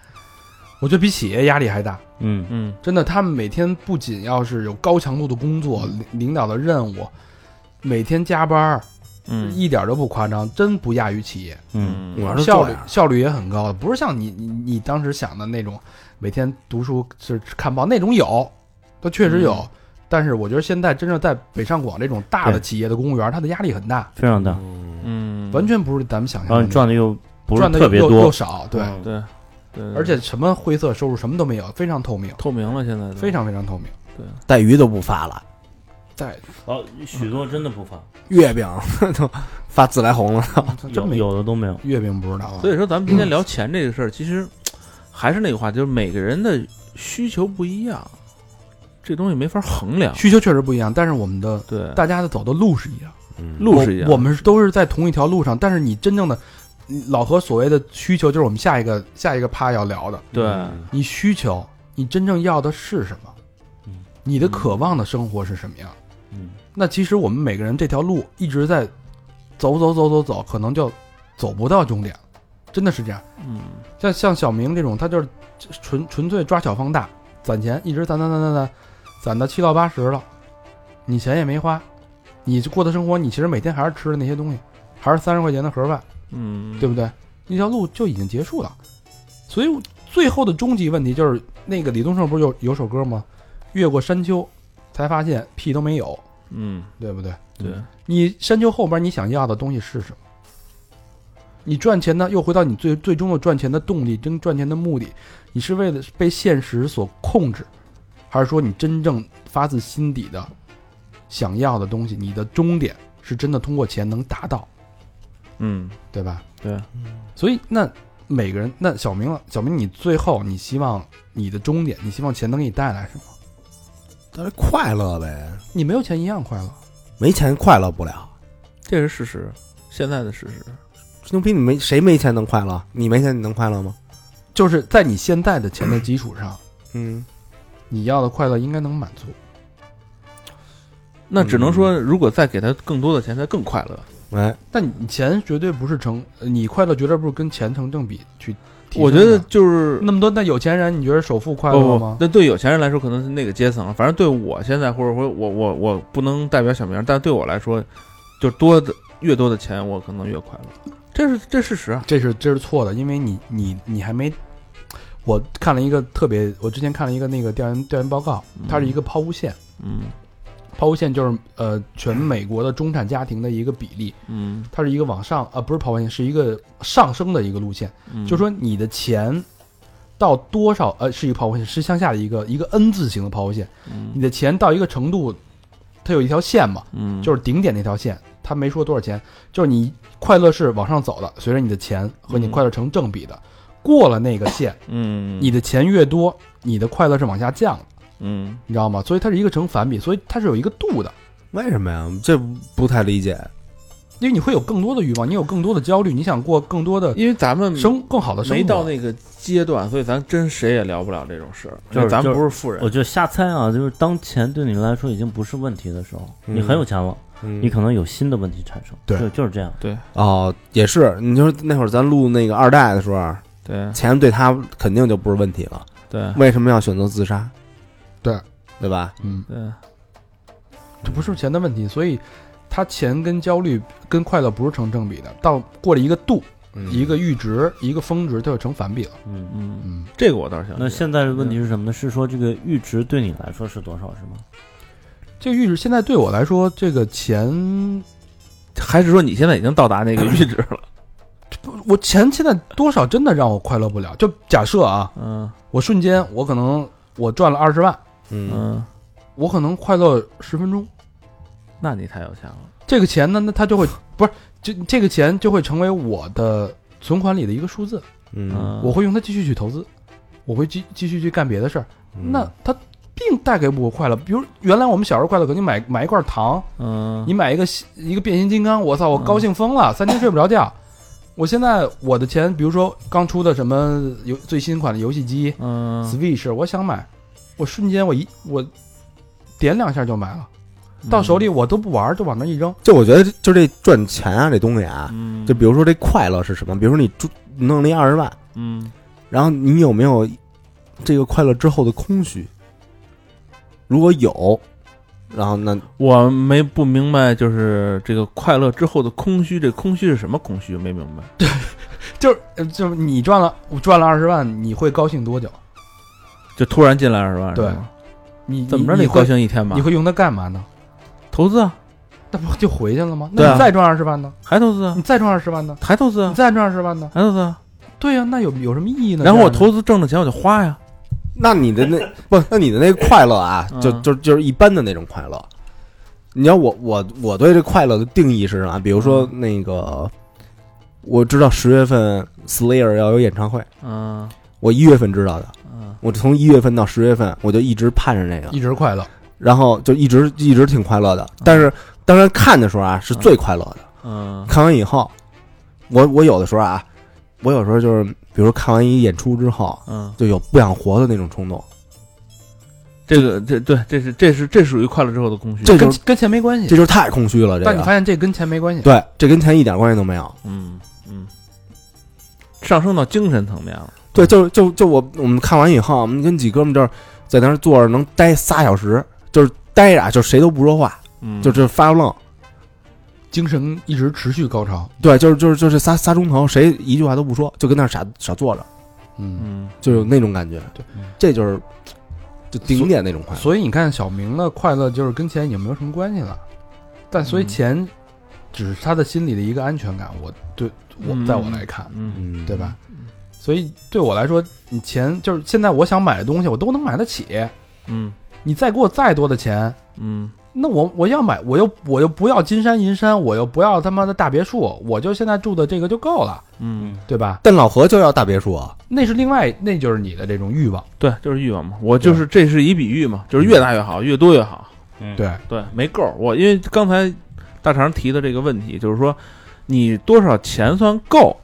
B: 我觉得比企业压力还大。
E: 嗯，
C: 嗯
B: 真的，他们每天不仅要是有高强度的工作，领领导的任务，每天加班儿，
C: 嗯
B: 一点都不夸张，真不亚于企业，
E: 嗯，
D: 我
C: 嗯
D: 要是
B: 效
D: 这
B: 率
D: 样，
B: 效率也很高的，不是像你你你当时想的那种每天读书是看报那种有，它确实有，但是我觉得现在真正在北上广这种大的
E: 嗯对
B: 企业的公务员，他的压力很大，
E: 非常大。
D: 嗯
C: 嗯，
B: 完全不是咱们想
E: 然后
B: 象的
E: 你嗯赚的又
B: 那
E: 不是
B: 赚的
E: 特别
B: 又又
E: 多，
B: 少，对，
E: 嗯
C: 对对，
B: 而且什么灰色收入什么都没有，非常透
E: 嗯
B: 明，
C: 透明了，现在都
B: 非常非常透 明。
D: 带鱼都不发了，
B: 在
E: 哦，许多真的不发，
D: 月饼 都发自来红了。
C: 嗯
B: 真
E: 有
B: 没有
E: 有的都没有。
B: 月饼不知道啊，
C: 所以说咱们今天聊钱这个事儿，其实还是那个话，就是每个人的需求不一样，这东西没法衡量。
B: 需求确实不一样，但是我们的
E: 嗯
C: 对，
B: 大家的走的路是一样。
C: 路是一样
B: 我
C: 的，
B: 我们都是在同一条路上，但是你真正的嗯老何所谓的需求，就是我们下一个下一个趴要聊的。
C: 对
B: 你需求，你真正要的是什么
E: 嗯？
B: 你的渴望的生活是什么样？
E: 嗯，
B: 那其实我们每个人这条路一直在走走走走走，可能就走不到终点，真的是这样。
C: 嗯
B: 像像小明这种，他就是纯纯粹抓小放大，攒钱，一直攒攒攒攒攒，攒到七到八十了，你钱也没花，你过的生活，你其实每天还是吃的那些东西，还是三十块钱的盒饭，
C: 嗯，
B: 对不对？那条路就已经结束了。所以最后的终极问题就是，那个李宗盛不是有有首歌吗？越过山丘，才发现屁都没有，
C: 嗯
B: 对不对？
C: 对，
B: 你山丘后边你想要的东西是什么？你赚钱呢，又回到你最最终的赚钱的动力跟赚钱的目的，你是为了被现实所控制，还是说你真正发自心底的想要的东西？你的终点是真的通过钱能达到，
C: 嗯
B: 对吧？
C: 对，
B: 所以那每个人，那小明了，小明，你最后你希望你的终点，你希望钱能给你带来什么？
D: 但是快乐呗，
B: 你没有钱一样快乐，
D: 没钱快乐不了。
C: 这是事实，现在的事实。
D: 牛逼，你没谁没钱能快乐？你没钱你能快乐吗？
B: 就是在你现在的钱的基础上，
D: 嗯，
B: 你要的快乐应该能满足。
C: 那只能说，如果再给他更多的钱，他更快乐。
D: 哎，
B: 但你钱绝对不是成，呃你快乐绝对不是跟钱成正比去提升的。
C: 我觉得就是
B: 那么多那有钱人，你觉得首富快乐
C: 不不
B: 吗，？
C: 那对有钱人来说可能是那个阶层，反正对我现在或者说我我我不能代表小明，但对我来说，就多的越多的钱，我可能越快乐，这是这事实啊。
B: 这是这是错的，因为你你你还没。我看了一个特别，我之前看了一个那个调研调研报告，它是一个抛物线，
C: 嗯
B: 抛物线就是呃全美国的中产家庭的一个比例，
C: 嗯，
B: 它是一个往上啊、呃不是抛物线，是一个上升的一个路线，
C: 嗯
B: 就说你的钱到多少呃是一个抛物线，是向下的一个一个 N 字形的抛物线，你
C: 嗯
B: 的钱到一个程度，它有一条线嘛，
C: 嗯，
B: 就是顶点那条线，他没说多少钱，就是你快乐是往上走的，随着你的钱和你
C: 嗯
B: 快乐成正比的，过了那个线，
C: 嗯
B: 你的钱越多，你的快乐是往下降的，
C: 嗯
B: 你知道吗？所以它是一个成反比，所以它是有一个度的，
D: 为什么呀？这不太理解。
B: 因为你会有更多的欲望，你有更多的焦虑，你想过更多的
C: 因为咱们
B: 生更好的生活，
C: 嗯没到那个阶段，所以咱真谁也聊不了这种事儿，
E: 就是
C: 因为咱们
E: 就是
C: 不是富人
E: 我。觉得瞎猜啊，就是当钱对你来说已经不是问题的时候，你很有钱了，
D: 嗯
E: 你可能有新的问题产生。
B: 对
E: 就就是这样。
D: 哦，也是。你说那会儿咱录那个二代的时候，
C: 对
D: 钱对他肯定就不是问题了。
C: 对
D: 为什么要选择自杀？
B: 对
D: 对吧？
B: 嗯，
C: 对，
B: 这不是钱的问题，所以它钱跟焦虑跟快乐不是成正比的，到过了一个度，
D: 嗯
B: 一个阈值，一个峰值，它就成反比了，
E: 嗯，
C: 嗯，
B: 嗯。
C: 这个我倒是想。
E: 那现在的问题是什么呢？是说这个阈值对你来说是多少，是吗？
B: 这个阈值现在对我来说，这个钱，
C: 还是说你现在已经到达那 个阈值了？
B: 我钱现在多少真的让我快乐不了。就假设啊，
C: 嗯
B: 我瞬间我可能我赚了二十万，
D: 嗯
C: 嗯，
B: 我可能快乐十分钟。
C: 那你太有钱了。
B: 这个钱呢，那它就会不是这这个钱就会成为我的存款里的一个数字，
D: 嗯，
C: 嗯，
B: 我会用它继续去投资，我会继继续去干别的事儿。
D: 嗯
C: 嗯
B: 那它并带给我快乐，比如原来我们小时候快乐，可你买买一罐糖，
C: 嗯，
B: 你买一个新一个变形金刚，我操，我高兴疯了，三天睡不着觉。我现在我的钱，比如说刚出的什么游最新款的游戏机
C: 嗯，
B: Switch，我想买，我瞬间我一我点两下就买了，
C: 嗯
B: 到手
E: 嗯
B: 里我都不玩，就往那一扔。
D: 就我觉得就这赚钱啊这东西啊，
C: 嗯，嗯，
D: 就比如说这快乐是什么？比如说你赚弄了一二十万，
C: 嗯
D: 然后你有没有这个快乐之后的空虚？如果有，然后那
C: 我没不明白，就是这个快乐之后的空虚，这空虚是什么空虚？没明白。
B: 就是呃就是你赚了我赚了二十万，你会高兴多久？
C: 就突然进来二十万，
B: 对
C: 是吗
B: 你
C: 嗯怎么着
B: 你
C: 你
B: 会
C: 高？兴一天吧
B: 你？会用它干嘛呢？
C: 投资啊，
B: 那不就回去了吗？
C: 对
B: 那
C: 啊
B: 你再赚二十万呢？
C: 还投资啊
B: 你，再赚二十万呢？
C: 还投资
B: 你
C: 啊，
B: 再赚二十万呢？
C: 还投资啊。
B: 对呀、那有有什么意义呢？
C: 然后我
B: 这样的
C: 投资挣的钱我就花呀。
D: 那你 的那不，那你的那个快乐啊，就
C: 嗯
D: 就就是一般的那种快乐。你要我我我对这快乐的定义是什么？比如说
C: 嗯
D: 那个，我知道十月份 Slayer 要有演唱会，
C: 嗯
D: 我一月份知道的，
C: 嗯
D: 我从一月份到十月份，我就一直盼着那个，
B: 一直快乐。
D: 然后就一直一直挺快乐的。但是当然看的时候啊，是最快乐的。
C: 嗯
D: 看完以后，我我有的时候啊，我有时候就是，比如看完一演出之后，
C: 嗯，
D: 就有不想活的那种冲动。
C: 这个这对这是这是这属于快乐之后的空虚。
D: 这就
B: 跟
D: 是
B: 跟钱没关系
D: 这。就是太空虚了，这
B: 但你发
D: 个
B: 现这跟钱没关系，
D: 对，这跟钱一点关系都没有。
C: 嗯嗯，上升到精神层面了。
D: 对，就就就我我们看完以后，我们跟几哥们这儿在那儿坐着能待仨小时，就是待着啊，就谁都不说话，
C: 嗯，
D: 就这发愣。
B: 精神一直持续高潮。
D: 对，就是就是就是仨仨钟头，谁一句话都不说，就跟那儿傻傻坐着，
B: 嗯，
C: 嗯
D: 就有那种感觉。
B: 对，
D: 这就是就顶点那种快乐。
B: 所以你看小明的快乐就是跟钱已经没有什么关系了，但所以
C: 嗯
B: 钱只是他的心里的一个安全感。我对我
C: 嗯
B: 在我来看，
C: 嗯
D: 嗯，
B: 对吧？所以对我来说，你钱就是现在我想买的东西，我都能买得起。
C: 嗯
B: 你再给我再多的钱，
C: 嗯
B: 那我我要买，我又我又不要金山银山，我又不要他妈的大别墅，我就现在住的这个就够了，
C: 嗯，
B: 对吧？
D: 但老何就要大别墅啊，
B: 那是另外，那就是你的这种欲望。
C: 对，就是欲望嘛。我就是这是一比喻嘛，就是越大越好，越多越好。
E: 嗯，
B: 对，
C: 对，没够儿。我因为刚才大肠提的这个问题，就是说你多少钱算够？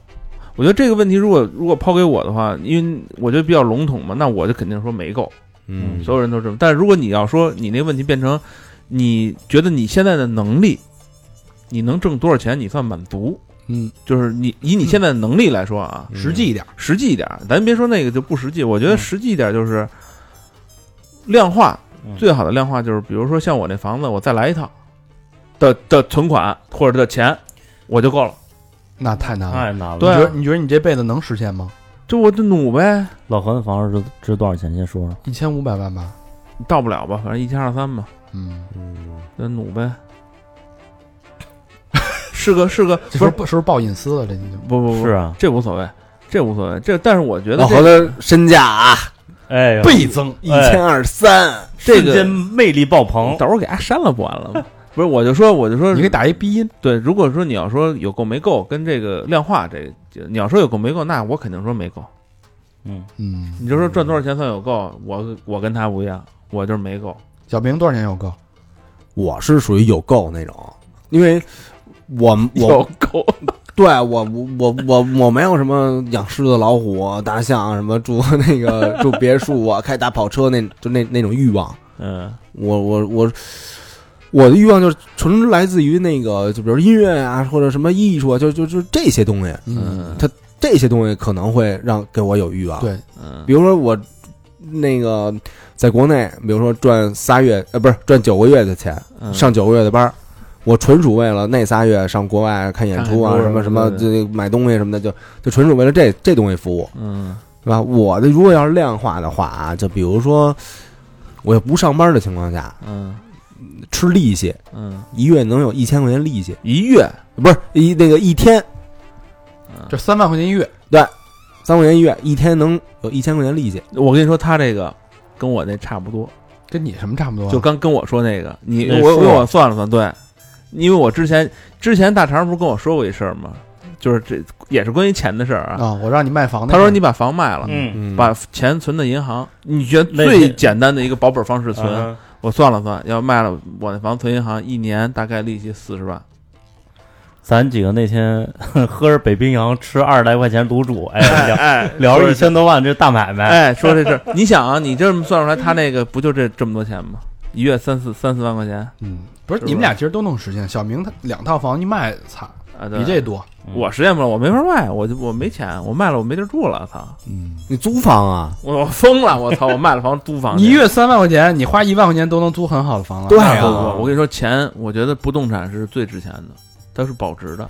C: 我觉得这个问题如果如果抛给我的话，因为我觉得比较笼统嘛，那我就肯定说没够，
E: 嗯
C: 所有人都这么。但是如果你要说你那个问题变成你觉得你现在的能力，你能挣多少钱，你算满足？
B: 嗯，
C: 就是你以你现在的能力来说啊，
B: 实际一点。
C: 实际一点儿，咱别说那个就不实际，我觉得
E: 嗯
C: 实际一点儿就是量化，
E: 嗯
C: 最好的量化就是，比如说像我那房子，我再来一套的的存款或者的钱，我就够了。
B: 那太难了。
E: 太难了。
C: 对
B: 你
C: 啊
B: 觉得你觉得你这辈子能实现吗？
C: 就我就努呗，
E: 老何的房子值值多少钱？先说说。
B: 一千五百万吧。
C: 到不了吧，反正一千二三吧，
B: 嗯，
D: 嗯，
C: 就努呗。 是个是个，
B: 这是
C: 不是
B: 不是不是报隐私了？这已经。
C: 不不不，
E: 是啊，
C: 这无所谓，这无所谓，这但是我觉得
D: 老
C: 这
D: 何的身价啊，
E: 哎呦，
B: 倍增，
D: 一千二三，
C: 这
E: 瞬
C: 个
E: 间魅力爆棚。
C: 到时候给它删了不完 了吗？不是，我就说我就说
B: 你可以打一鼻音。
C: 对，如果说你要说有够没够，跟这个量化这，你要说有够没够，那我肯定说没够。
E: 嗯，
B: 嗯，
C: 你就说赚多少钱算有够，我我跟他不一样，我就是没够。
B: 小明多少年有够？
D: 我是属于有够那种，因为我我
C: 有够，
D: 对我我我我我没有什么养狮子、老虎、大象啊什么住那个住别墅啊，开大跑车那 就那那种欲望。
C: 嗯
D: 我我我我的欲望就是纯来自于那个，就比如音乐啊，或者什么艺术啊，就就就这些东西，
B: 嗯，
C: 嗯
D: 这些东西可能会让给我有欲望。，
B: 对，
C: 嗯，
D: 比如说我那个在国内，比如说赚仨月呃，不是赚九个月的钱，
C: 嗯
D: 上九个月的班儿，我纯属为了那仨月上国外看演出啊，
C: 看
D: 什
C: 演出
D: 么什么，
C: 对
D: 就就买东西什么的，就就纯属为了这这东西服务，
C: 嗯
D: 是吧？我的如果要是量化的话啊，就比如说我不上班的情况下，
C: 嗯
D: 吃利息，
C: 嗯，
D: 一月能有一千块钱利息，
C: 一月，
D: 不是一那个一天
B: 这三万块钱一月，
D: 三块钱一月，一天能有一千块钱利息。
C: 我跟你说，他这个跟我那差不多，
B: 跟你什么差不多啊？
C: 就刚跟我说那个，你
E: 那啊
C: 我
E: 数
C: 我我算了算，对，因为我之前之前大肠不是跟我说过一事儿吗？就是这也是关于钱的事儿啊。
B: 啊，我让你卖房那个，
C: 他说你把房卖了，
E: 哦嗯，
D: 嗯
C: 把钱存到银行，你觉得
E: 那
C: 最
E: 那
C: 简单的一个保本方式存，
E: 啊
C: 我算了算，要卖了我那房存银行，一年大概利息四十万。
E: 咱几个那天喝着北冰洋，吃二十来块钱卤煮，哎，聊
C: 哎，
E: 聊
C: 说
E: 着
C: 这
E: 一千多万，这大买卖。
C: 哎，说这事儿，你想啊，你这么算出来，他那个不就这这么多钱吗？一月三四三四万块钱
B: 嗯，不是
C: 是吧
B: 你们俩其实都能实现。小明他两套房一卖，操，
C: 啊，对
B: 比这多。
C: 我实现不了，我没法卖，我就我没钱，我卖了我没地儿住了，操，
B: 嗯，
D: 你租房啊？
C: 我我疯了，我操，我卖了房租 房去，
B: 你 一月三万块钱，你花一万块钱都能租很好的房了。
D: 对
C: 不
D: 啊
C: 不不，哎我跟你说，钱，我觉得不动产是最值钱的，它是保值的，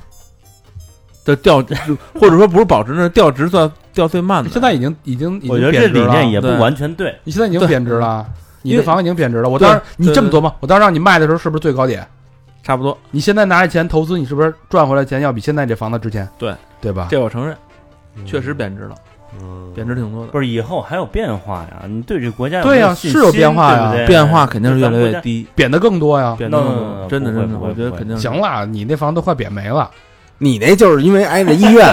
C: 它掉，就 或者说不是保值，那是掉值算掉最慢
B: 你
C: 的。
B: 现在已经已经，已经
E: 我觉得这
B: 贬值
E: 理
B: 了啊
E: 念也不
C: 对
E: 完全对，
B: 你现在已经
C: 对
B: 贬值了，你
C: 因
B: 的
C: 为
B: 房已经贬值了。我当时
C: 对
B: 你
C: 对
B: 这么琢磨，我当时让你卖的时候是不是最高点？
C: 差不多，
B: 你现在拿着钱投资，你是不是赚回来钱要比现在这房子值钱？
C: 对
B: 对吧？
C: 这我承认，
B: 嗯
C: 确实贬值了，贬值挺多的，
E: 不是以后还有变化呀？你对这国家
B: 对呀
E: 呀，
B: 是有变化呀
E: 对不对
C: 变化肯定是越来
E: 咱
C: 越
E: 国家
C: 低，
B: 贬的更多呀。
C: 变动
E: 那那那
C: 真的
E: 嗯不会
C: 真的，
E: 不会
C: 我觉得
E: 不会
C: 肯定是
B: 行。了，你那房都快贬没了。
D: 你那就是因为挨着医 院，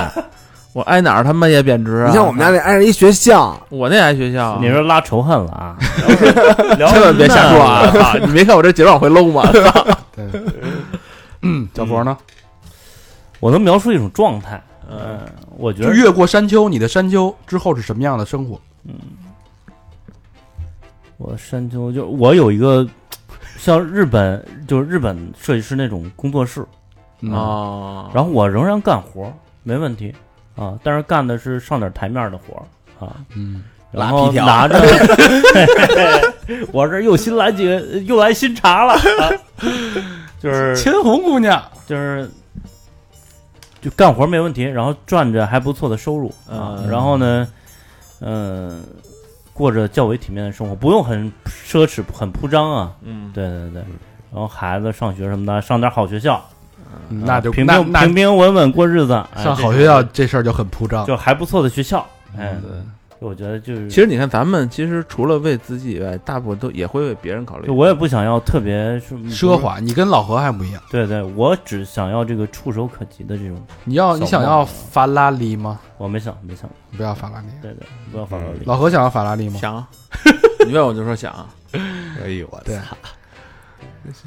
C: 我挨哪儿他妈也贬值啊！
D: 你像我们家那挨着一学校，
C: 我那挨学校啊，
E: 你说拉仇恨了啊？聊
C: 千万别瞎说啊！
E: 那个！
C: 操，你没看我这结论往回搂吗？
B: 对，嗯，小佛呢？
E: 我能描述一种状态，嗯，我觉
B: 就
E: 得
B: 越过山丘，你的山丘之后是什么样的生活？
E: 我山丘就我有一个像日本就是日本设计师那种工作室，
B: 嗯，
C: 哦，
E: 然后我仍然干活，没问题啊，但是干的是上点台面的活啊，
B: 嗯，
E: 然后
D: 拉皮条
E: 拿 着，我这又新来几个，又来新茶了，啊、就是
B: 秦红姑娘，
E: 就是就干活没问题，然后赚着还不错的收入啊，
C: 嗯
E: 然后呢，嗯、过着较为体面的生活，不用很奢侈、很铺张啊，
C: 嗯，
E: 对对对。然后孩子上学什么的，上点好学校，啊
B: 嗯那就
E: 平
B: 那
E: 平
B: 那
E: 平平稳稳过日子，哎
B: 上好
E: 这
B: 学校嗯这事儿就很铺张。
E: 就还不错的学校，哎，
C: 对。
E: 我觉得就是
C: 其实你看，咱们其实除了为自己以外，大部分都也会为别人考虑
E: 就。我也不想要特别是
B: 奢，华，你跟老何还不一样。
E: 对对，我只想要这个触手可及的这种，
B: 你要
E: 小
B: 你想
E: 梦
B: 要法拉利吗？
E: 我没想没想，
B: 不要法拉利。
E: 对对，不要放到里。
B: 嗯老何想要法拉利吗？
C: 想，啊 你问我就说想。啊
D: 哎呦我
B: 对
D: 操，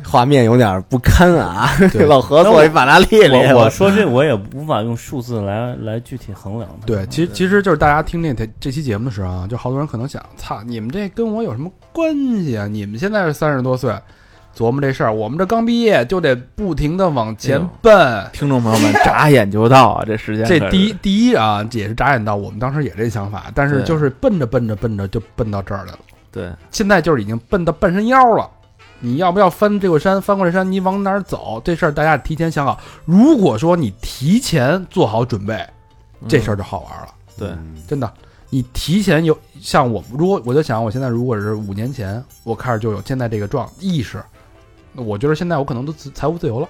D: 画面有点不堪啊！
B: 对
D: 老何坐一法拉利里，
E: 我
D: 我
E: 我说这我也无法用数字来来具体衡量它。
B: 嗯对，其实其实就是大家听这台这期节目的时候啊，就好多人可能想，操，你们这跟我有什么关系啊？你们现在是三十多岁，琢磨这事儿，我们这刚毕业就得不停的往前奔。
C: 听众朋友们，眨眼就到啊，这时间可
B: 这
C: 是。
B: 第一第一啊，也是眨眼到我们当时也这想法，但是
C: 对
B: 就是奔着奔着奔着就奔到这儿来了。
C: 对，嗯
B: 现在就是已经奔到半山腰了。你要不要翻这座山？翻过这山，你往哪儿走？这事儿大家提前想好。如果说你提前做好准备，这事
C: 儿
B: 儿就好玩了。
C: 对，
B: 真的，你提前有像我，如果我就想，我现在如果是五年前，我开始就有现在这个状意识，那我觉得现在我可能都自财务自由了。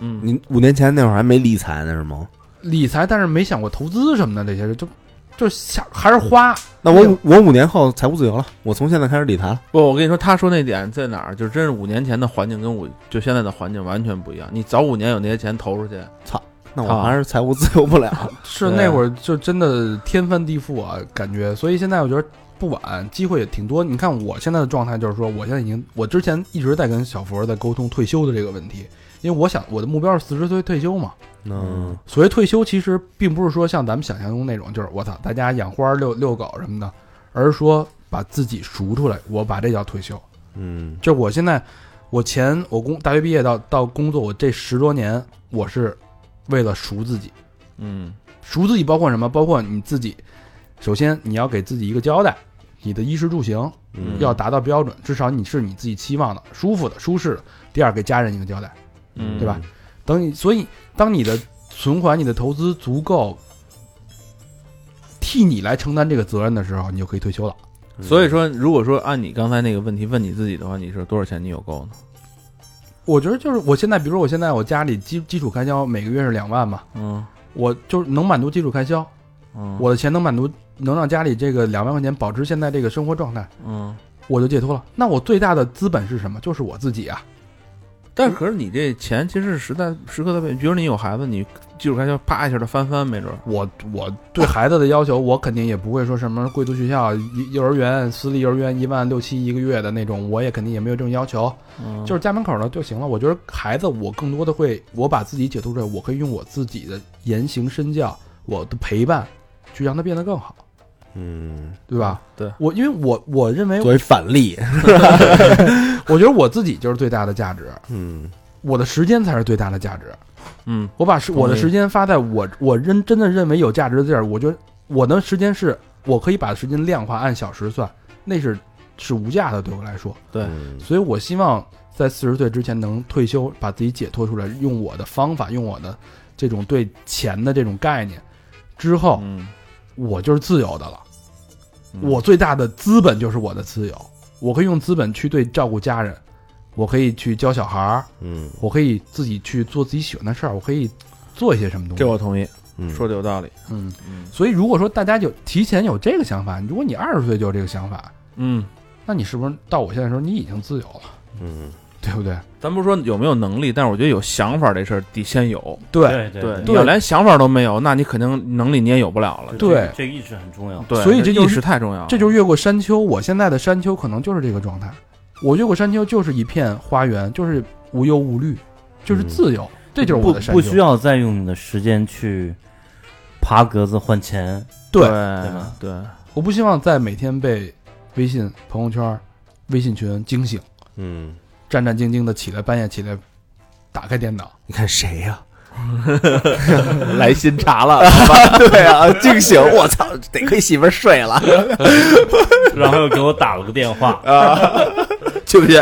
C: 嗯，
D: 你五年前那会儿还没理财呢是吗？
B: 理财，但是没想过投资什么的这些，就就想还是花。
D: 那我五我五年后财务自由了，我从现在开始理财了。
C: 不，我跟你说，他说那点在哪儿？就真是五年前的环境跟我就现在的环境完全不一样。你早五年有那些钱投出去，
D: 那我
C: 啊
D: 还是财务自由不了。
B: 是
C: 对
B: 那会儿就真的天翻地覆啊，感觉。所以现在我觉得不晚，机会也挺多。你看我现在的状态就是说，我现在已经，我之前一直在跟小佛在沟通退休的这个问题，因为我想我的目标是四十岁退休嘛。
D: 嗯，
B: 所谓退休，其实并不是说像咱们想象中那种，就是我操，大家养花、遛遛狗什么的，而是说把自己赎出来，我把这叫退休。
D: 嗯，
B: 就我现在，我前我工大学毕业到到工作，我这十多年，我是为了赎自己。
C: 嗯，
B: 赎自己包括什么？包括你自己，首先你要给自己一个交代，你的衣食住行
D: 嗯
B: 要达到标准，至少你是你自己期望的、舒服的、舒适的。第二，给家人一个交代。
C: 嗯
B: 对吧？等你，所以当你的存款、你的投资足够替你来承担这个责任的时候，你就可以退休了。
C: 嗯所以说，如果说按你刚才那个问题问你自己的话，你是多少钱你有够呢？
B: 我觉得就是我现在，比如说我现在我家里基基础开销每个月是两万嘛，
C: 嗯
B: 我就是能满足基础开销，
C: 嗯，
B: 我的钱能满足，能让家里这个两万块钱保持现在这个生活状态，
C: 嗯，
B: 我就解脱了。那我最大的资本是什么？就是我自己啊。
C: 但是可是你这钱其实是时代时刻在变，比如你有孩子，你基础开销啪一下就翻番，没准儿。
B: 我我对孩子的要求，我肯定也不会说什么贵族学校、幼幼儿园、私立幼儿园一万六七一个月的那种，我也肯定也没有这种要求，
C: 嗯
B: 就是家门口的就行了。我觉得孩子，我更多的会，我把自己解脱出来，我可以用我自己的言行身教，我的陪伴，去让他变得更好，
D: 嗯，
B: 对吧？
C: 对
B: 我，因为我我认为
D: 作，为反例，
B: 我觉得我自己就是最大的价值，
D: 嗯，
B: 我的时间才是最大的价值。
C: 嗯
B: 我把时
C: 同意
B: 我的时间发在我我认真的认为有价值的地儿，我觉得我的时间是我可以把时间量化，按小时算，那是是无价的对我来说。
C: 对
D: 嗯
B: 所以我希望在四十岁之前能退休，把自己解脱出来，用我的方法，用我的这种对钱的这种概念，之后
C: 嗯，
B: 我就是自由的了。
C: 嗯
B: 我最大的资本就是我的自由，我可以用资本去对照顾家人，我可以去教小孩儿，
D: 嗯
B: 我可以自己去做自己喜欢的事儿，我可以做一些什么东西。
C: 这我同意，
D: 嗯，
C: 说的有道理。
B: 嗯，
C: 嗯
B: 所以如果说大家有提前有这个想法，如果你二十岁就有这个想法，
C: 嗯，
B: 那你是不是到我现在的时候你已经自由了，
D: 嗯
B: 对不对？
C: 咱不说有没有能力，但是我觉得有想法这事儿得先有。
B: 对，
E: 对对
C: 你要连想法都没有，那你肯定能力你也有不了了。
E: 对
B: 对
E: 这个这个意识很重要。
C: 对，
B: 所以这就
C: 意
B: 是
C: 识太重要了。
B: 这就是越过山丘。我现在的山丘可能就是这个状态，我越过山丘就是一片花园，就是无忧无虑，就是自由，这就是我
E: 不
B: 的山丘。
E: 不需要再用你的时间去爬格子换钱，
B: 对
E: 吧
C: 对
B: 我不希望再每天被微信朋友圈、微信群惊醒，
D: 嗯，
B: 战战兢兢的起来，半夜起来打开电脑，
D: 你看谁呀？
C: 来新茶了，
D: 对啊，惊醒！我操，得亏媳妇儿睡了，
E: 然后又给我打了个电话。
C: 去不去？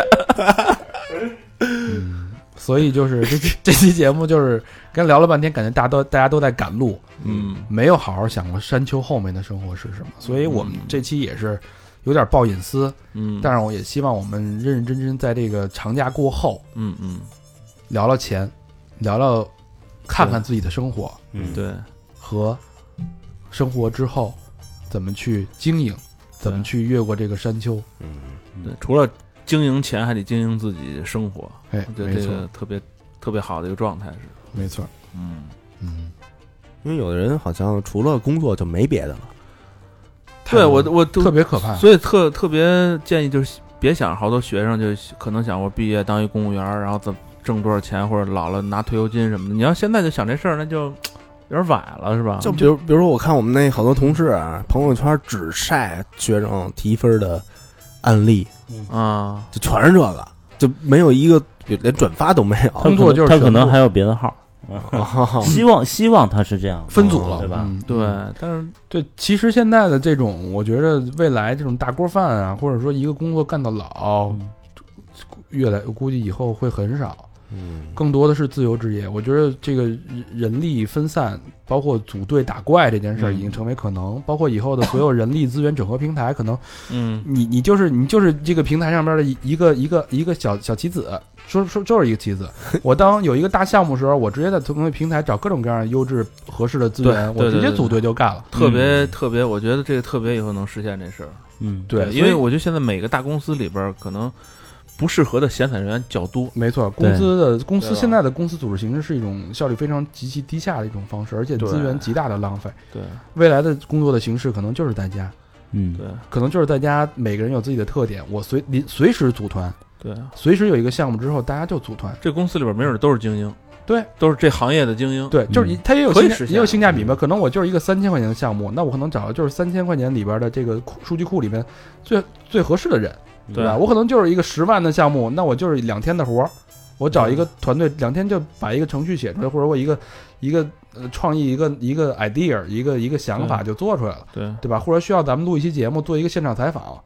B: 所以就是这这这期节目就是跟聊了半天，感觉大家都大家都在赶路，
C: 嗯，
B: 没有好好想过山丘后面的生活是什么。所以我们这期也是有点爆隐私，
C: 嗯，
B: 但是我也希望我们认认真真在这个长假过后
C: 嗯嗯，
B: 聊聊钱，聊聊看看自己的生活
E: 嗯，
C: 对，
B: 和生活之后怎么去经营，怎么去越过这个山丘。
D: 嗯
C: 对，除了经营钱，还得经营自己生活，
B: 哎
C: 我，觉得
B: 没
C: 这
B: 错，
C: 个特别特别好的一个状态是，
B: 没错，
C: 嗯，
B: 嗯，
D: 因为有的人好像除了工作就没别的了，
C: 对我我
B: 特别可怕。
C: 所以特特别建议就是别想好多学生就可能想我毕业当一公务员儿，然后怎么挣多少钱，或者老了拿退休金什么的。你要现在就想这事儿，那就有点晚了，是吧？
D: 啊就比如比如说，我看我们那好多同事啊，朋友圈只晒学生提分的案例，
C: 啊，
D: 就全是这个，就没有一个连转发都没有。
B: 工作就是
E: 他可
B: 全
E: 能
B: 部
E: 还有别的号，
D: 哦
E: 希望希望他是这样的
B: 分组了，
E: 哦对吧？
B: 嗯
C: 对，但是
B: 对，其实现在的这种，我觉得未来这种大锅饭啊，或者说一个工作干到老，
C: 嗯
B: 越来我估计以后会很少，
D: 嗯
B: 更多的是自由职业。我觉得这个人人力分散，包括组队打怪这件事儿
C: 嗯
B: 已经成为可能，包括以后的所有人力资源整合平台，可能
C: 嗯
B: 你你就是你就是这个平台上边的一一个一个一个小小棋子，说说就是一个棋 子。我当有一个大项目的时候，我直接在同一个平台找各种各样的优质合适的资源，
C: 对
B: 我
C: 对
B: 直接
C: 对对
B: 组队就干了。
C: 特别、特别，我觉得这个特别以后能实现这事儿。
E: 嗯，
B: 嗯对，
C: 因
B: 所以
C: 为我觉得现在每个大公司里边儿可能不适合的闲散人员较多。
B: 没错，公司的公司
C: 对吧
B: 现在的公司组织形式是一种效率非常极其低下的一种方式，而且
C: 对
B: 资源极大的浪费。
C: 对
B: 未来的工作的形式可能就是在家，
E: 嗯，
C: 对
B: 可能就是在家，每个人有自己的特点，我随临随时组团，
C: 对，
B: 随时有一个项目之后，大家就组团。
C: 这公司里边儿没准儿都是精英，
B: 对，
C: 都是这行业的精英。
B: 对，就是
E: 嗯
B: 它也有
C: 可
B: 性
C: 以
B: 价
C: 实现嗯
B: 也有性价比嘛。可能我就是一个三千块钱的项目，那我可能找的就是三千块钱里边的这个库数据库里面最最合适的人，
C: 对
B: 吧？我可能就是一个十万的项目，那我就是两天的活儿，我找一
C: 嗯
B: 个团队，两天就把一个程序写出来，或者我一个一个呃创意一个一个 idea 一个一个想法就做出来了，
C: 对
B: 对吧？或者需要咱们录一期节目，做一个现场采访，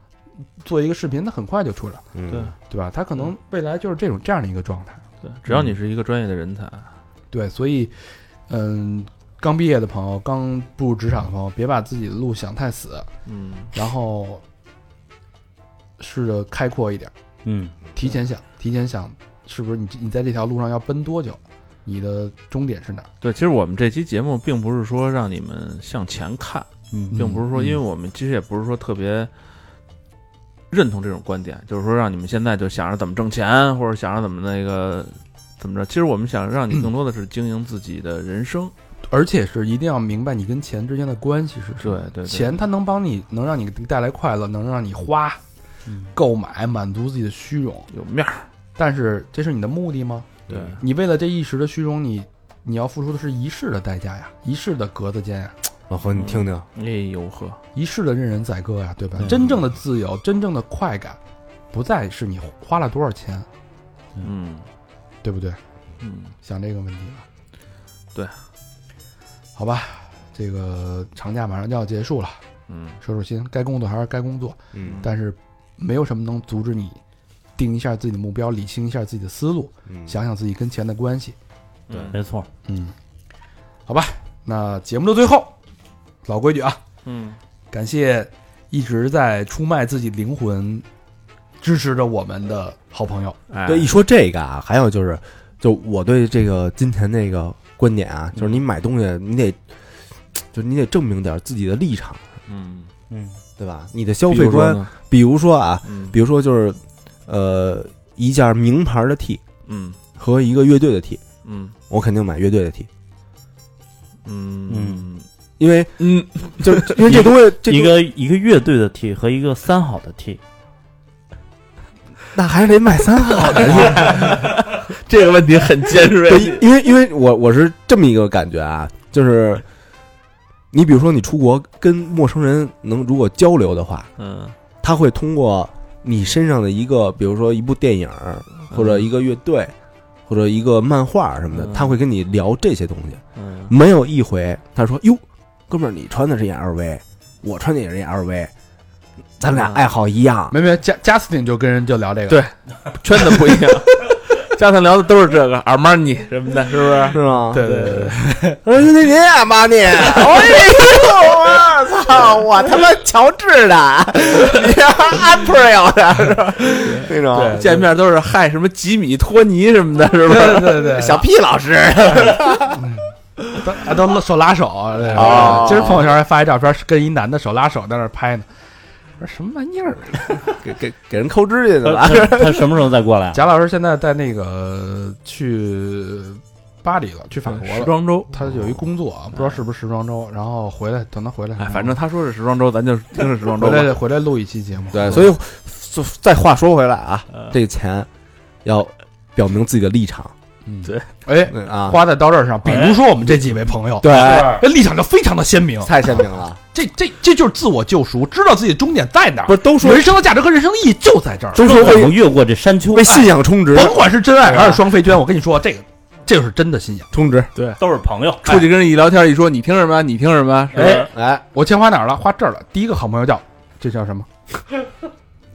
B: 做一个视频，那很快就出来了，
D: 嗯
C: 对
B: 对吧？他可
C: 嗯
B: 能未来就是这种这样的一个状态。
C: 对，只要你是一个专业的人才，
B: 对，所以，嗯，刚毕业的朋友，刚步入职场的朋友，别把自己的路想太死，
C: 嗯，
B: 然后试着开阔一点，
E: 嗯，
B: 提前想，提前想是不是你你在这条路上要奔多久，你的终点是哪儿？
C: 对，其实我们这期节目并不是说让你们向前看，
E: 嗯
C: 并不是说，
B: 嗯
C: 因为我们其实也不是说特别认同这种观点，就是说让你们现在就想着怎么挣钱，或者想着怎么那个怎么着。其实我们想让你更多的是经营自己的人生。
B: 而且是一定要明白你跟钱之间的关系是什
C: 对
B: 么。
C: 对对，
B: 钱它能帮你，能让你带来快乐，能让你花、
E: 嗯
B: 购买，满足自己的虚荣。
C: 有面儿。
B: 但是这是你的目的吗？
C: 对，
B: 你为了这一时的虚荣，你你要付出的是一世的代价呀，一世的格子间呀，
D: 老何，你听听，
C: 哎呦呵，
B: 一世的任人宰割呀，对吧？
E: 对
B: 真正的自由，真正的快感，不再是你花了多少钱，
C: 嗯
B: 对不对？
C: 嗯，
B: 想这个问题吧。
C: 对，
B: 好吧，这个长假马上就要结束了，
C: 嗯，
B: 收收心，该工作还是该工作，
D: 嗯
B: 但是没有什么能阻止你定一下自己的目标，理清一下自己的思路，
D: 嗯
B: 想想自己跟钱的关系。
C: 对，
E: 没错，
B: 嗯，好吧，那节目的最后，老规矩啊，
C: 嗯，
B: 感谢一直在出卖自己灵魂、支持着我们的好朋友。
C: 哎，
D: 对，一说这个啊，还有就是，就我对这个金钱这个观点啊，就是你买东西，你得，就是你得证明点自己的立场，
C: 嗯，
E: 嗯，
D: 对吧？你的消
C: 比
D: 费
C: 如说
D: 观，
C: 呢，
D: 比如说啊，
C: 嗯
D: 比如说就是，呃，一件名牌的 T
C: 嗯
D: 和一个乐队的 T，
C: 嗯
D: 我肯定买乐队的 T，
C: 嗯
D: 因为
C: 嗯，
D: 就因为这东西，这
E: 一
D: 东西
E: 个一个乐队的 T 和一个三好的 T，
D: 那还是得买三好的 T，
C: 这个问题很尖
D: 对，
C: 锐。
D: 因因为因为我我是这么一个感觉啊，就是你比如说你出国跟陌生人能如果交流的话，
C: 嗯，
D: 他会通过你身上的一个，比如说一部电影嗯或者一个乐队或者一个漫画什么的
C: 嗯，
D: 他会跟你聊这些东西。
C: 嗯
D: 没有一回他说：“哟，哥们儿，你穿的是一 LV，我穿的也是一 LV，咱俩
C: 嗯
D: 爱好一样。
B: 没没，贾贾斯汀就跟人就聊这个，
C: 对圈子不一 样。加上聊的都是这个阿玛尼什么的，是不是？
D: 是吗？
B: 对对对对，
D: 我说那您阿玛尼，我我操，我他妈乔治的，你他妈 April 的，是吧？那种
C: 见面都是嗨什么吉米托尼什么的，是不是？
B: 对对 对，
D: 小 P 老师，
B: 都都手拉手。对
D: 哦
B: 今儿朋友圈还发一照片，是跟一男的手拉手在那儿拍呢。我说什么玩意儿？啊
D: 给给给人抠指甲去
E: 他
D: 了。
E: 他他什么时候再 过来啊？
B: 贾老师现在在那个去巴黎了，去法国
C: 时
B: 了。
C: 装周，
B: 他有一工作啊，不知道是不是时装周，然后回来等他回来，嗯
C: 哎，反正他说是时装周，咱就听着时装周
B: 回
C: 吧。
B: 来回来录一期节目。嗯
D: 对，所以所再话说回来啊，
C: 嗯
D: 这个钱要表明自己的立场
B: 嗯
C: 对，
B: 哎，
D: 嗯啊，
B: 花在刀刃上，比如说我们这几位朋友，
D: 对，
B: 这立场就非常的鲜明，
D: 太鲜明了。
B: 这这这就是自我救赎，知道自己的终点在哪儿
D: 不，是都说
B: 人生的价值和人生意义就在这儿。
D: 都说
E: 说我们
D: 为
E: 越过这山丘，
D: 为信仰充值，
B: 甭管是啊真爱还是双飞娟，我跟你说，这个这就是真的信仰。
D: 充值，
E: 都是朋友，
C: 出去跟人一聊天，一说你听什么，你听什么，是吧？
D: 哎，
B: 我钱花哪儿了？花这儿了。第一个好朋友叫这叫什么？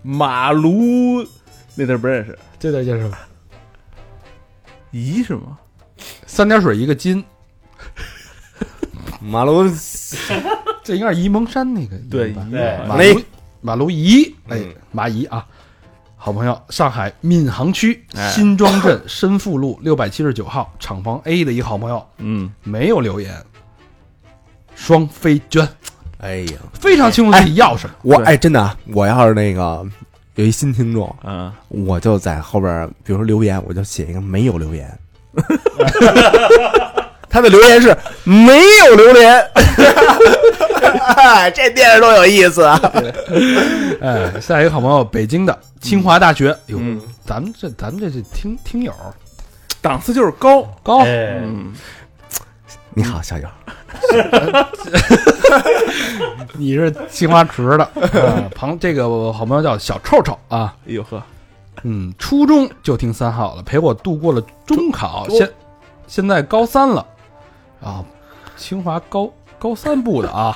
C: 马卢那字儿不认识，
B: 这叫叫什么？
C: 咦是吗？
B: 三点水一个金，
D: 马龙
B: 这应该是沂蒙山那个
C: 对，
B: 吧
C: 咦
B: 马
D: 雷
B: 卢马卢怡，哎
D: 嗯，
B: 马怡啊，好朋友，上海闵行区
C: 哎
B: 新庄镇申富路六百七十九号厂房 A 的一个好朋友，
C: 嗯，
B: 没有留言。双飞娟
D: 哎呀，
B: 非常清楚自己要什么，
D: 我
C: 对
D: 哎，真的啊，我要是那个有一新听众，
C: 嗯，
D: 我就在后边儿，比如说留言，我就写一个没有留言。他的留言是没有榴莲，哎 这电视多有意思啊！
B: 哎，下一个好朋友，北京的清华大学，哟
C: 嗯，
B: 咱们这咱们这是听听友
C: 档次就是高，
B: 高，
E: 哎，
C: 嗯，
D: 你好，小 友，
B: 你是清华池的，啊旁这个好朋友叫小臭臭啊，
C: 哎呦呵，
B: 嗯，初中就听三好了，陪我度过了中考，现现在高三了，啊，清华高高三部的 啊，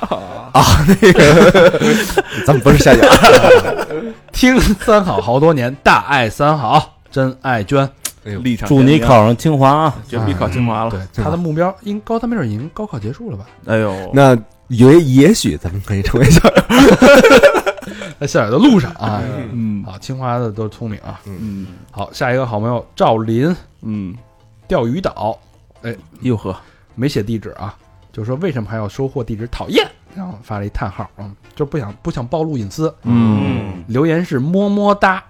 D: 咱们不是下友，啊
B: 听三好好多年，大爱三好，真爱娟，
C: 立场
E: 祝你
C: 鲜明，
E: 考上清华啊！
C: 绝逼考清华
D: 嗯
C: 了。
B: 对他的目标，应高三没准已经高考结束了吧？
C: 哎呦，
D: 那也也许咱们可以成为小友，
B: 在下雪的路上啊。
C: 嗯
B: 好，清华的都聪明啊。
C: 嗯
B: 好，下一个好朋友赵林，
C: 嗯，
B: 钓鱼岛哎
C: 哟呵，
B: 没写地址啊，就说为什么还要收货地址？讨厌！然后发了一叹号，嗯，就不想不想暴露隐私。
C: 嗯，
E: 嗯，
B: 留言是么么哒，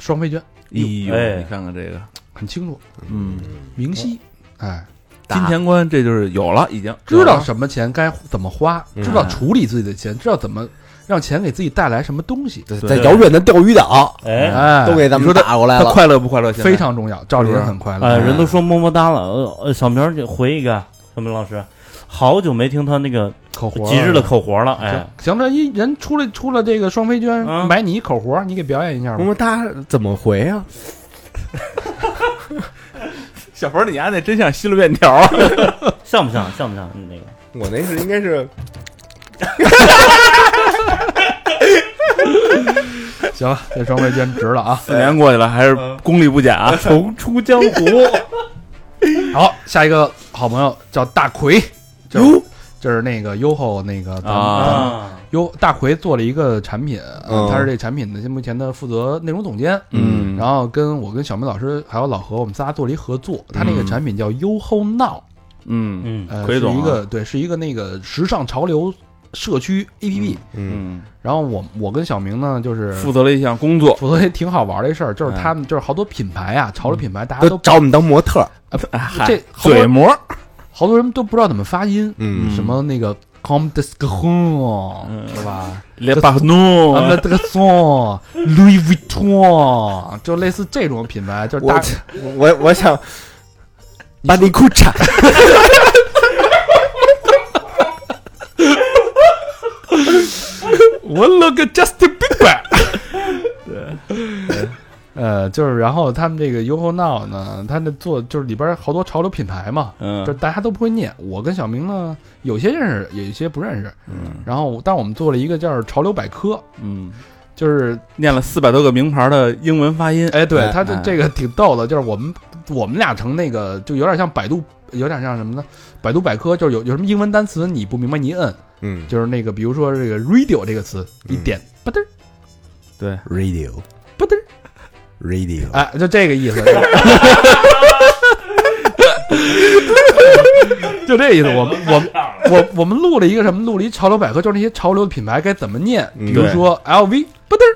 B: 双飞娟
C: 哎呦，
E: 哎
C: 你看看这个，
B: 很清楚
C: 嗯，
B: 明晰，哎，
C: 金钱观这就是有了，已经
B: 知道什么钱该怎么花，
D: 嗯
B: 知道处理自己的钱，知道怎么让钱给自己带来什么东西。
D: 在
E: 对
D: 在遥远的钓鱼岛
E: 哎，
B: 哎，
D: 都给咱
B: 你说
D: 们
B: 他
D: 打过来
C: 他
D: 了，
C: 快乐不快乐？现在
B: 非常重要。赵林很快乐，
E: 哎，人都说么么哒了，呃呃，小明儿就回一个，小明老师，好久没听他那个
B: 口活
E: 极致的口活了，哎，
B: 行，行，这一人出了出了这个双飞娟，
E: 嗯
B: 买你一口活，你给表演一下
D: 我
B: 吧。
D: 们他怎么回啊？
C: 小冯，你家那真像吸了面条啊！
E: 像不像？像不像那个？
D: 我那是应该是
B: 行了，这双飞娟值了啊。
C: 四年过去了，还是
B: 嗯
C: 功力不假啊！
E: 重出江湖，
B: 好，下一个好朋友叫大奎，就是就是那个优厚那个咱们
C: 啊
B: 咱们
E: 啊，
B: 优大奎做了一个产品，
D: 嗯
B: 他是这产品的目前的负责内容总监。
C: 嗯
B: 然后跟我跟小明老师还有老何，我们仨做了一合作。他那个
C: 嗯
B: 产品叫优厚闹，
C: 嗯
E: 嗯，
B: 呃，
C: 奎
B: 是
C: 总啊
B: 一个对，是一个那个时尚潮流社区 APP。
D: 嗯
C: 嗯，
B: 然后我我跟小明呢，就是
C: 负责了一项工作，
B: 负责也挺好玩的一事儿，就是
C: 嗯
B: 他们就是好多品牌啊，潮流
D: 嗯
B: 品牌大家
D: 都
B: 都
D: 找我们当模特儿，
B: 这好
C: 嘴
B: 多
C: 模，
B: 好多人都不知道怎么发音，
D: 嗯
B: 什么那个 com d e s c h o n
C: 嗯
B: 对吧？
C: 列
B: 这
C: 巴诺
B: 啊，那这个 song Louis Vuitton，就类似这种品牌，就是大
D: 我我我想把你裤衩，
B: 我 look at Justin Bieber。对，呃，就是然后他们这个 Yoho Now 呢，他那做就是里边好多潮流品牌嘛，
C: 嗯
B: 就是大家都不会念。我跟小明呢，有些认识，有些不认识。然后，但我们做了一个叫“潮流百科
C: 嗯，”，
B: 就是
C: 念了四百多个名牌的英文发音，
B: 哎，对
D: 哎
B: 他这
C: 哎
B: 这个挺逗的，就是我们我们俩成那个就有点像百度，有点像什么呢？百度百科就是有有什么英文单词你不明白你一摁，
D: 嗯
B: 就是那个比如说这个 radio 这个词
C: 嗯
B: 一点，吧嘚儿
C: 对，
D: ，radio
B: 吧嘚儿，
D: radio，
B: 哎，就这个意思。就这意思，我们我们我我们录了一个什么？录了一潮流百科，就是那些潮流品牌该怎么念，比如
C: 嗯对
B: 说 LV 不嘚儿，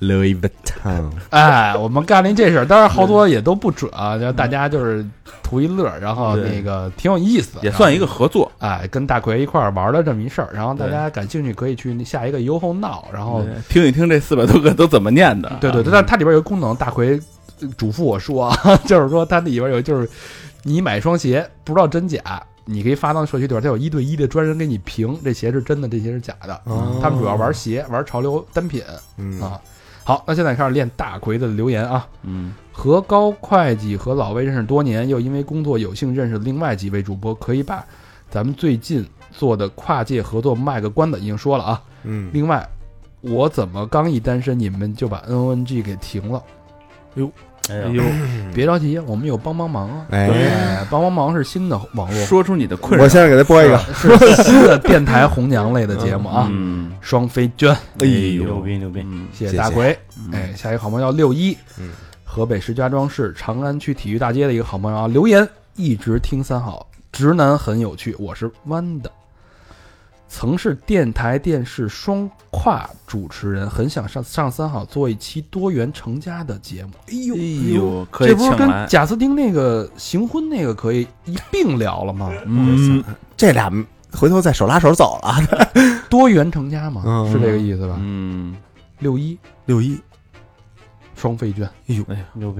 D: Louis Vuitton，
B: 哎，我们干了一这事儿，当然好
C: 嗯
B: 多也都不准啊，然后大家就是图一乐，然后
C: 对
B: 那个挺有意思，
C: 也算一个合作，
B: 哎，跟大奎一块儿玩的这么一事儿，然后大家感兴趣可以去那下一个优后闹，然后
C: 对听一听这四百多个都怎么念的啊，
B: 哦 对对对，但它里边有一功能，大奎呃嘱咐我说，啊 就是说它里边有就是你买一双鞋不知道真假，你可以发到社区里边，它有一对一的专人给你评这鞋是真的，这鞋是假的。
D: 哦
B: 他们主要玩鞋，玩潮流单品
D: 嗯
B: 啊。好，那现在开始练大奎的留言啊。
C: 嗯，
B: 和高会计和老魏认识多年，又因为工作有幸认识另外几位主播，可以把咱们最近做的跨界合作卖个关子，已经说了啊。
D: 嗯，
B: 另外，我怎么刚一单身，你们就把 N O N G 给停了？
E: 哎
C: 哎
E: 呦，
C: 呦，
B: 别着急，我们有帮帮忙啊！
D: 哎，
B: 哎，帮帮忙是新的网络，
C: 说出你的困
D: 我
C: 扰，
D: 现在给他播一个，
B: 是新的电台红娘类的节目啊。
C: 嗯，
B: 双飞娟，
D: 哎
E: 牛
D: 呦，
E: 逼牛逼，
C: 嗯
B: 谢
D: 谢谢
B: 大奎。哎，下一个好朋友叫六一，
D: 嗯，
B: 河北石家庄市长安区体育大街的一个好朋友啊，留言一直听三好，直男很有趣，我是弯的，曾是电台电视双跨主持人，很想上上三好做一期多元成家的节目。哎呦
C: 哎呦，可
B: 这
C: 以
B: 不
C: 请
B: 是跟
C: 来，
B: 贾斯汀那个行婚那个可以一并聊了吗？
C: 嗯，
D: 这俩回头再手拉手走了，啊
B: 多元成家嘛，
D: 嗯
B: 是这个意思吧？
C: 嗯，
B: 六一
D: 六一，
B: 双飞娟，
E: 牛逼，
C: 牛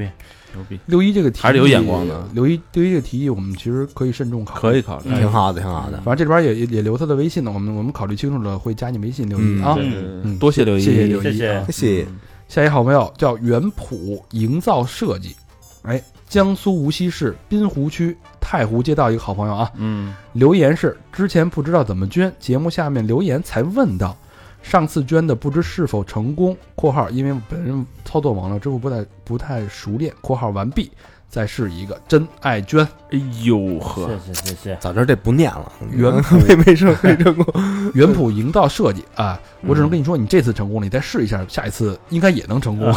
C: 逼，
B: 六一这个提议
C: 还是有眼光的。
B: 六一六一这个提议，我们其实可以慎重考虑。
C: 可以考虑，
D: 挺好的，挺好的，
B: 反正这里边也也也留他的微信呢，我们我们考虑清楚了会加你微信六一
D: 嗯
B: 啊。
C: 对对对
B: 嗯
C: 多谢刘一，
B: 谢谢六一，
E: 谢谢
B: 啊
D: 谢谢，
B: 下一个好朋友叫袁普营造设计，哎，江苏无锡市滨湖区太湖街道一个好朋友啊，
C: 嗯，
B: 留言是之前不知道怎么捐，节目下面留言才问到，上次捐的不知是否成功（括号因为本人操作网络支付不太不太熟练。（括号完毕）再是一个真爱娟，
C: 哎呦呵，
E: 谢谢谢谢，
D: 早知道这不念了，
B: 原
D: 没没成没成功。
B: 原谱营造设计啊，我只能跟你说，你这次成功了，你再试一下，下一次应该也能成功。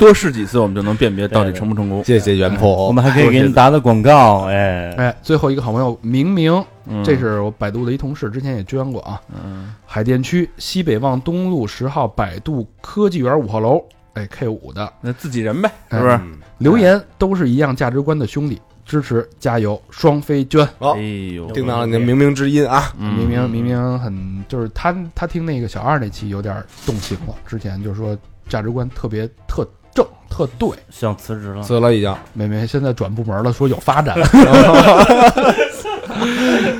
C: 多试几次我们就能辨别到底
E: 对对
C: 成不成功。
D: 谢谢袁
E: 我
D: 鹏，
E: 们还可以给你打打广告，哎，
B: 哎，最后一个好朋友明明，
C: 嗯
B: 这是我百度的一同事，之前也捐过啊。
C: 嗯
B: 海淀区西北望东路十号百度科技园五号楼，哎 K 五的
C: 那自己人呗，是
D: 嗯
C: 不是？
B: 留言都是一样价值观的兄弟，支持加油，双飞捐。
D: 好
C: 哎，呦，
D: 听到了你的冥冥之音啊，
C: 嗯
B: 明明明明很就是他他听那个小二那期有点动情了，之前就是说价值观特别特正特对，
E: 想辞职了，
D: 辞了已经。
B: 美美现在转部门了，说有发 展。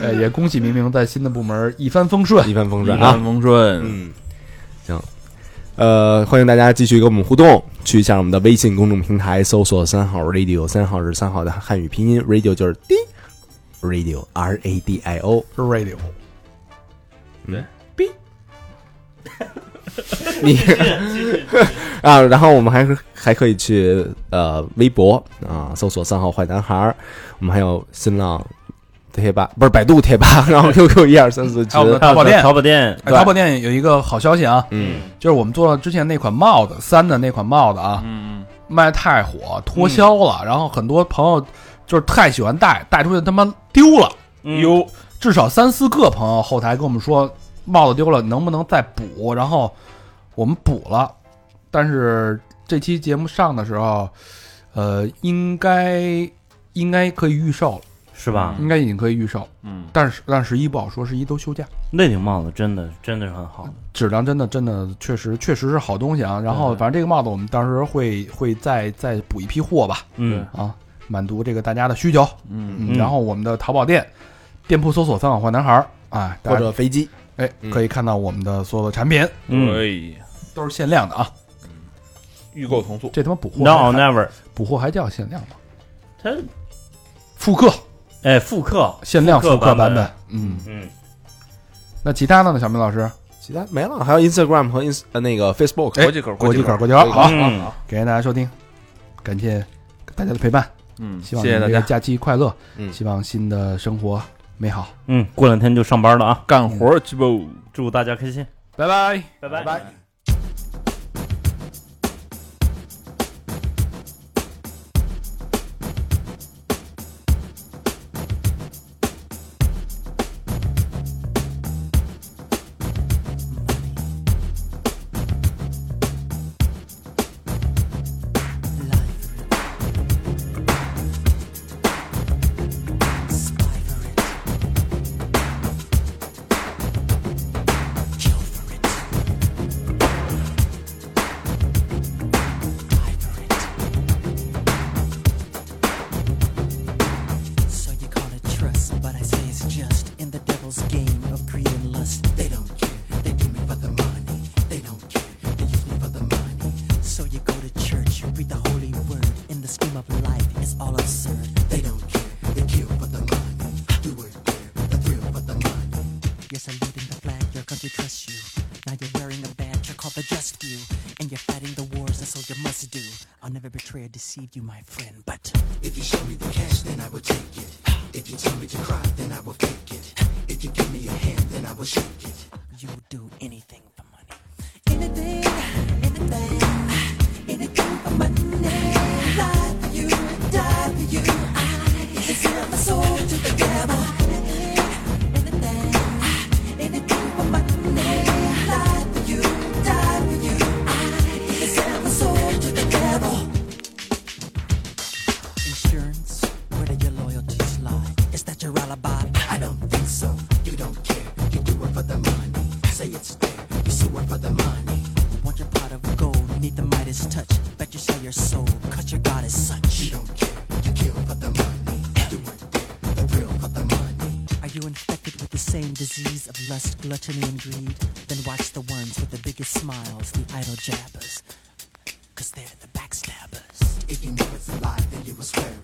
B: 呃，也恭喜明明在新的部门一帆风顺。
D: 一帆风
C: 一
D: 顺
C: 帆
D: 啊。
C: 风顺，
D: 嗯，行，呃，欢迎大家继续跟我们互动，去一下我们的微信公众平台搜索“三号 radio”，三号是三号的汉语拼音，radio 就是 d radio r a d i o。
B: Radio，
D: 你啊，然后我们还是还可以去呃微博啊搜索“三号坏男孩儿”，我们还有新浪贴吧，不是百度贴吧，然后 QQ 一二三四群
B: 还有。我们的淘宝店，
E: 淘宝店，
B: 哎淘宝店有一个好消息啊，
D: 嗯，
B: 就是我们做了之前那款帽子，三的那款帽子啊，
C: 嗯，
B: 卖太火，脱销
E: 嗯
B: 了，然后很多朋友就是太喜欢戴，戴出去他妈丢了，
E: 嗯，
B: 有至少三四个朋友后台跟我们说帽子丢了，能不能再补？然后我们补了，但是这期节目上的时候，呃，应该应该可以预售了，
E: 是吧？
B: 应该已经可以预售，
C: 嗯，
B: 但是但是十一不好说，十一都休假，
E: 那顶帽子真的真的是很好的，
B: 质量真的真的确实确实是好东西啊。然后
E: 对
B: 反正这个帽子我们到时候会会再再补一批货吧，
E: 嗯，
B: 啊，满足这个大家的需求。
C: 嗯，
B: 嗯，
E: 嗯
B: 然后我们的淘宝店店铺搜索“三好坏男孩”儿”啊，大
D: 或
B: 家
D: 者飞机，
B: 哎，
D: 嗯
B: 可以看到我们的所有的产品
E: 嗯
C: 哎，
B: 都是限量的啊！
C: 预购同速，
B: 这他妈补货
E: ，No
B: 还
E: Never，
B: 补货还叫限量吗？
E: 它
B: 复刻
E: 哎复刻，
B: 限量复
E: 复刻
B: 刻
E: 版本
B: 本，嗯，
E: 嗯，
B: 那其他的呢？小明老师，
D: 其他没了，还有 Instagram 和 ins 呃那个 Facebook。
B: 哎
C: 国际口，
B: 国际
C: 口
B: 口，国际口，好，
E: 嗯，
B: 感谢大家收听，感谢大家的陪伴，
C: 嗯，
B: 希
C: 谢
B: 望你
C: 谢大
B: 们这个
C: 家，
B: 假期快乐，
D: 嗯
B: 希望新的生活美好，
E: 嗯，过两天就上班了啊，
C: 干活去吧。
E: 祝大家开心，
B: 拜拜。
E: 拜拜
D: 拜。
F: So you call it trust, but I say it's just in the devil's game of greed and lust. They don't care, they do me for the money. They don't care, they use me for the money. So you go to church, you read the holy word. In the scheme of life, it's all absurd. They don't care, they kill for the money. Do it there, the thrill for the money. You're saluting the flag, your country trusts you. Now you're wearing a badge, you're called the just few. And you're fighting the wars, that's all you must do. I'll never betray or deceive you, my friend, but.
G: If you show me the cash, then I will take it. If you tell me to cry, then I will fake it. If you give me a hand, then I will shake it.
F: you do anything for money. Anything, anything, anything for money. Lie for you, die for you. I can sell my soul to the devil. Anything, anything, anything for money. Lie for you, die for you. I can sell my soul to the devil. Insurance, where do your loyalties lie? Is that your alibi? I don't think so. You don't care. You do it for the money. Say it's there. You sue it for the money. Want your pot of gold? Need the Midas touch. Bet you sell your soul, cause your God is such. You don't care. You kill for the money. Do it there. The thrill for the money. Are you infected with the same disease of lust, gluttony, and greed? Then watch the ones with the biggest smiles, the idle jabbers. Cause they're the backstabbers.
G: If you know it's a lie, then you will swear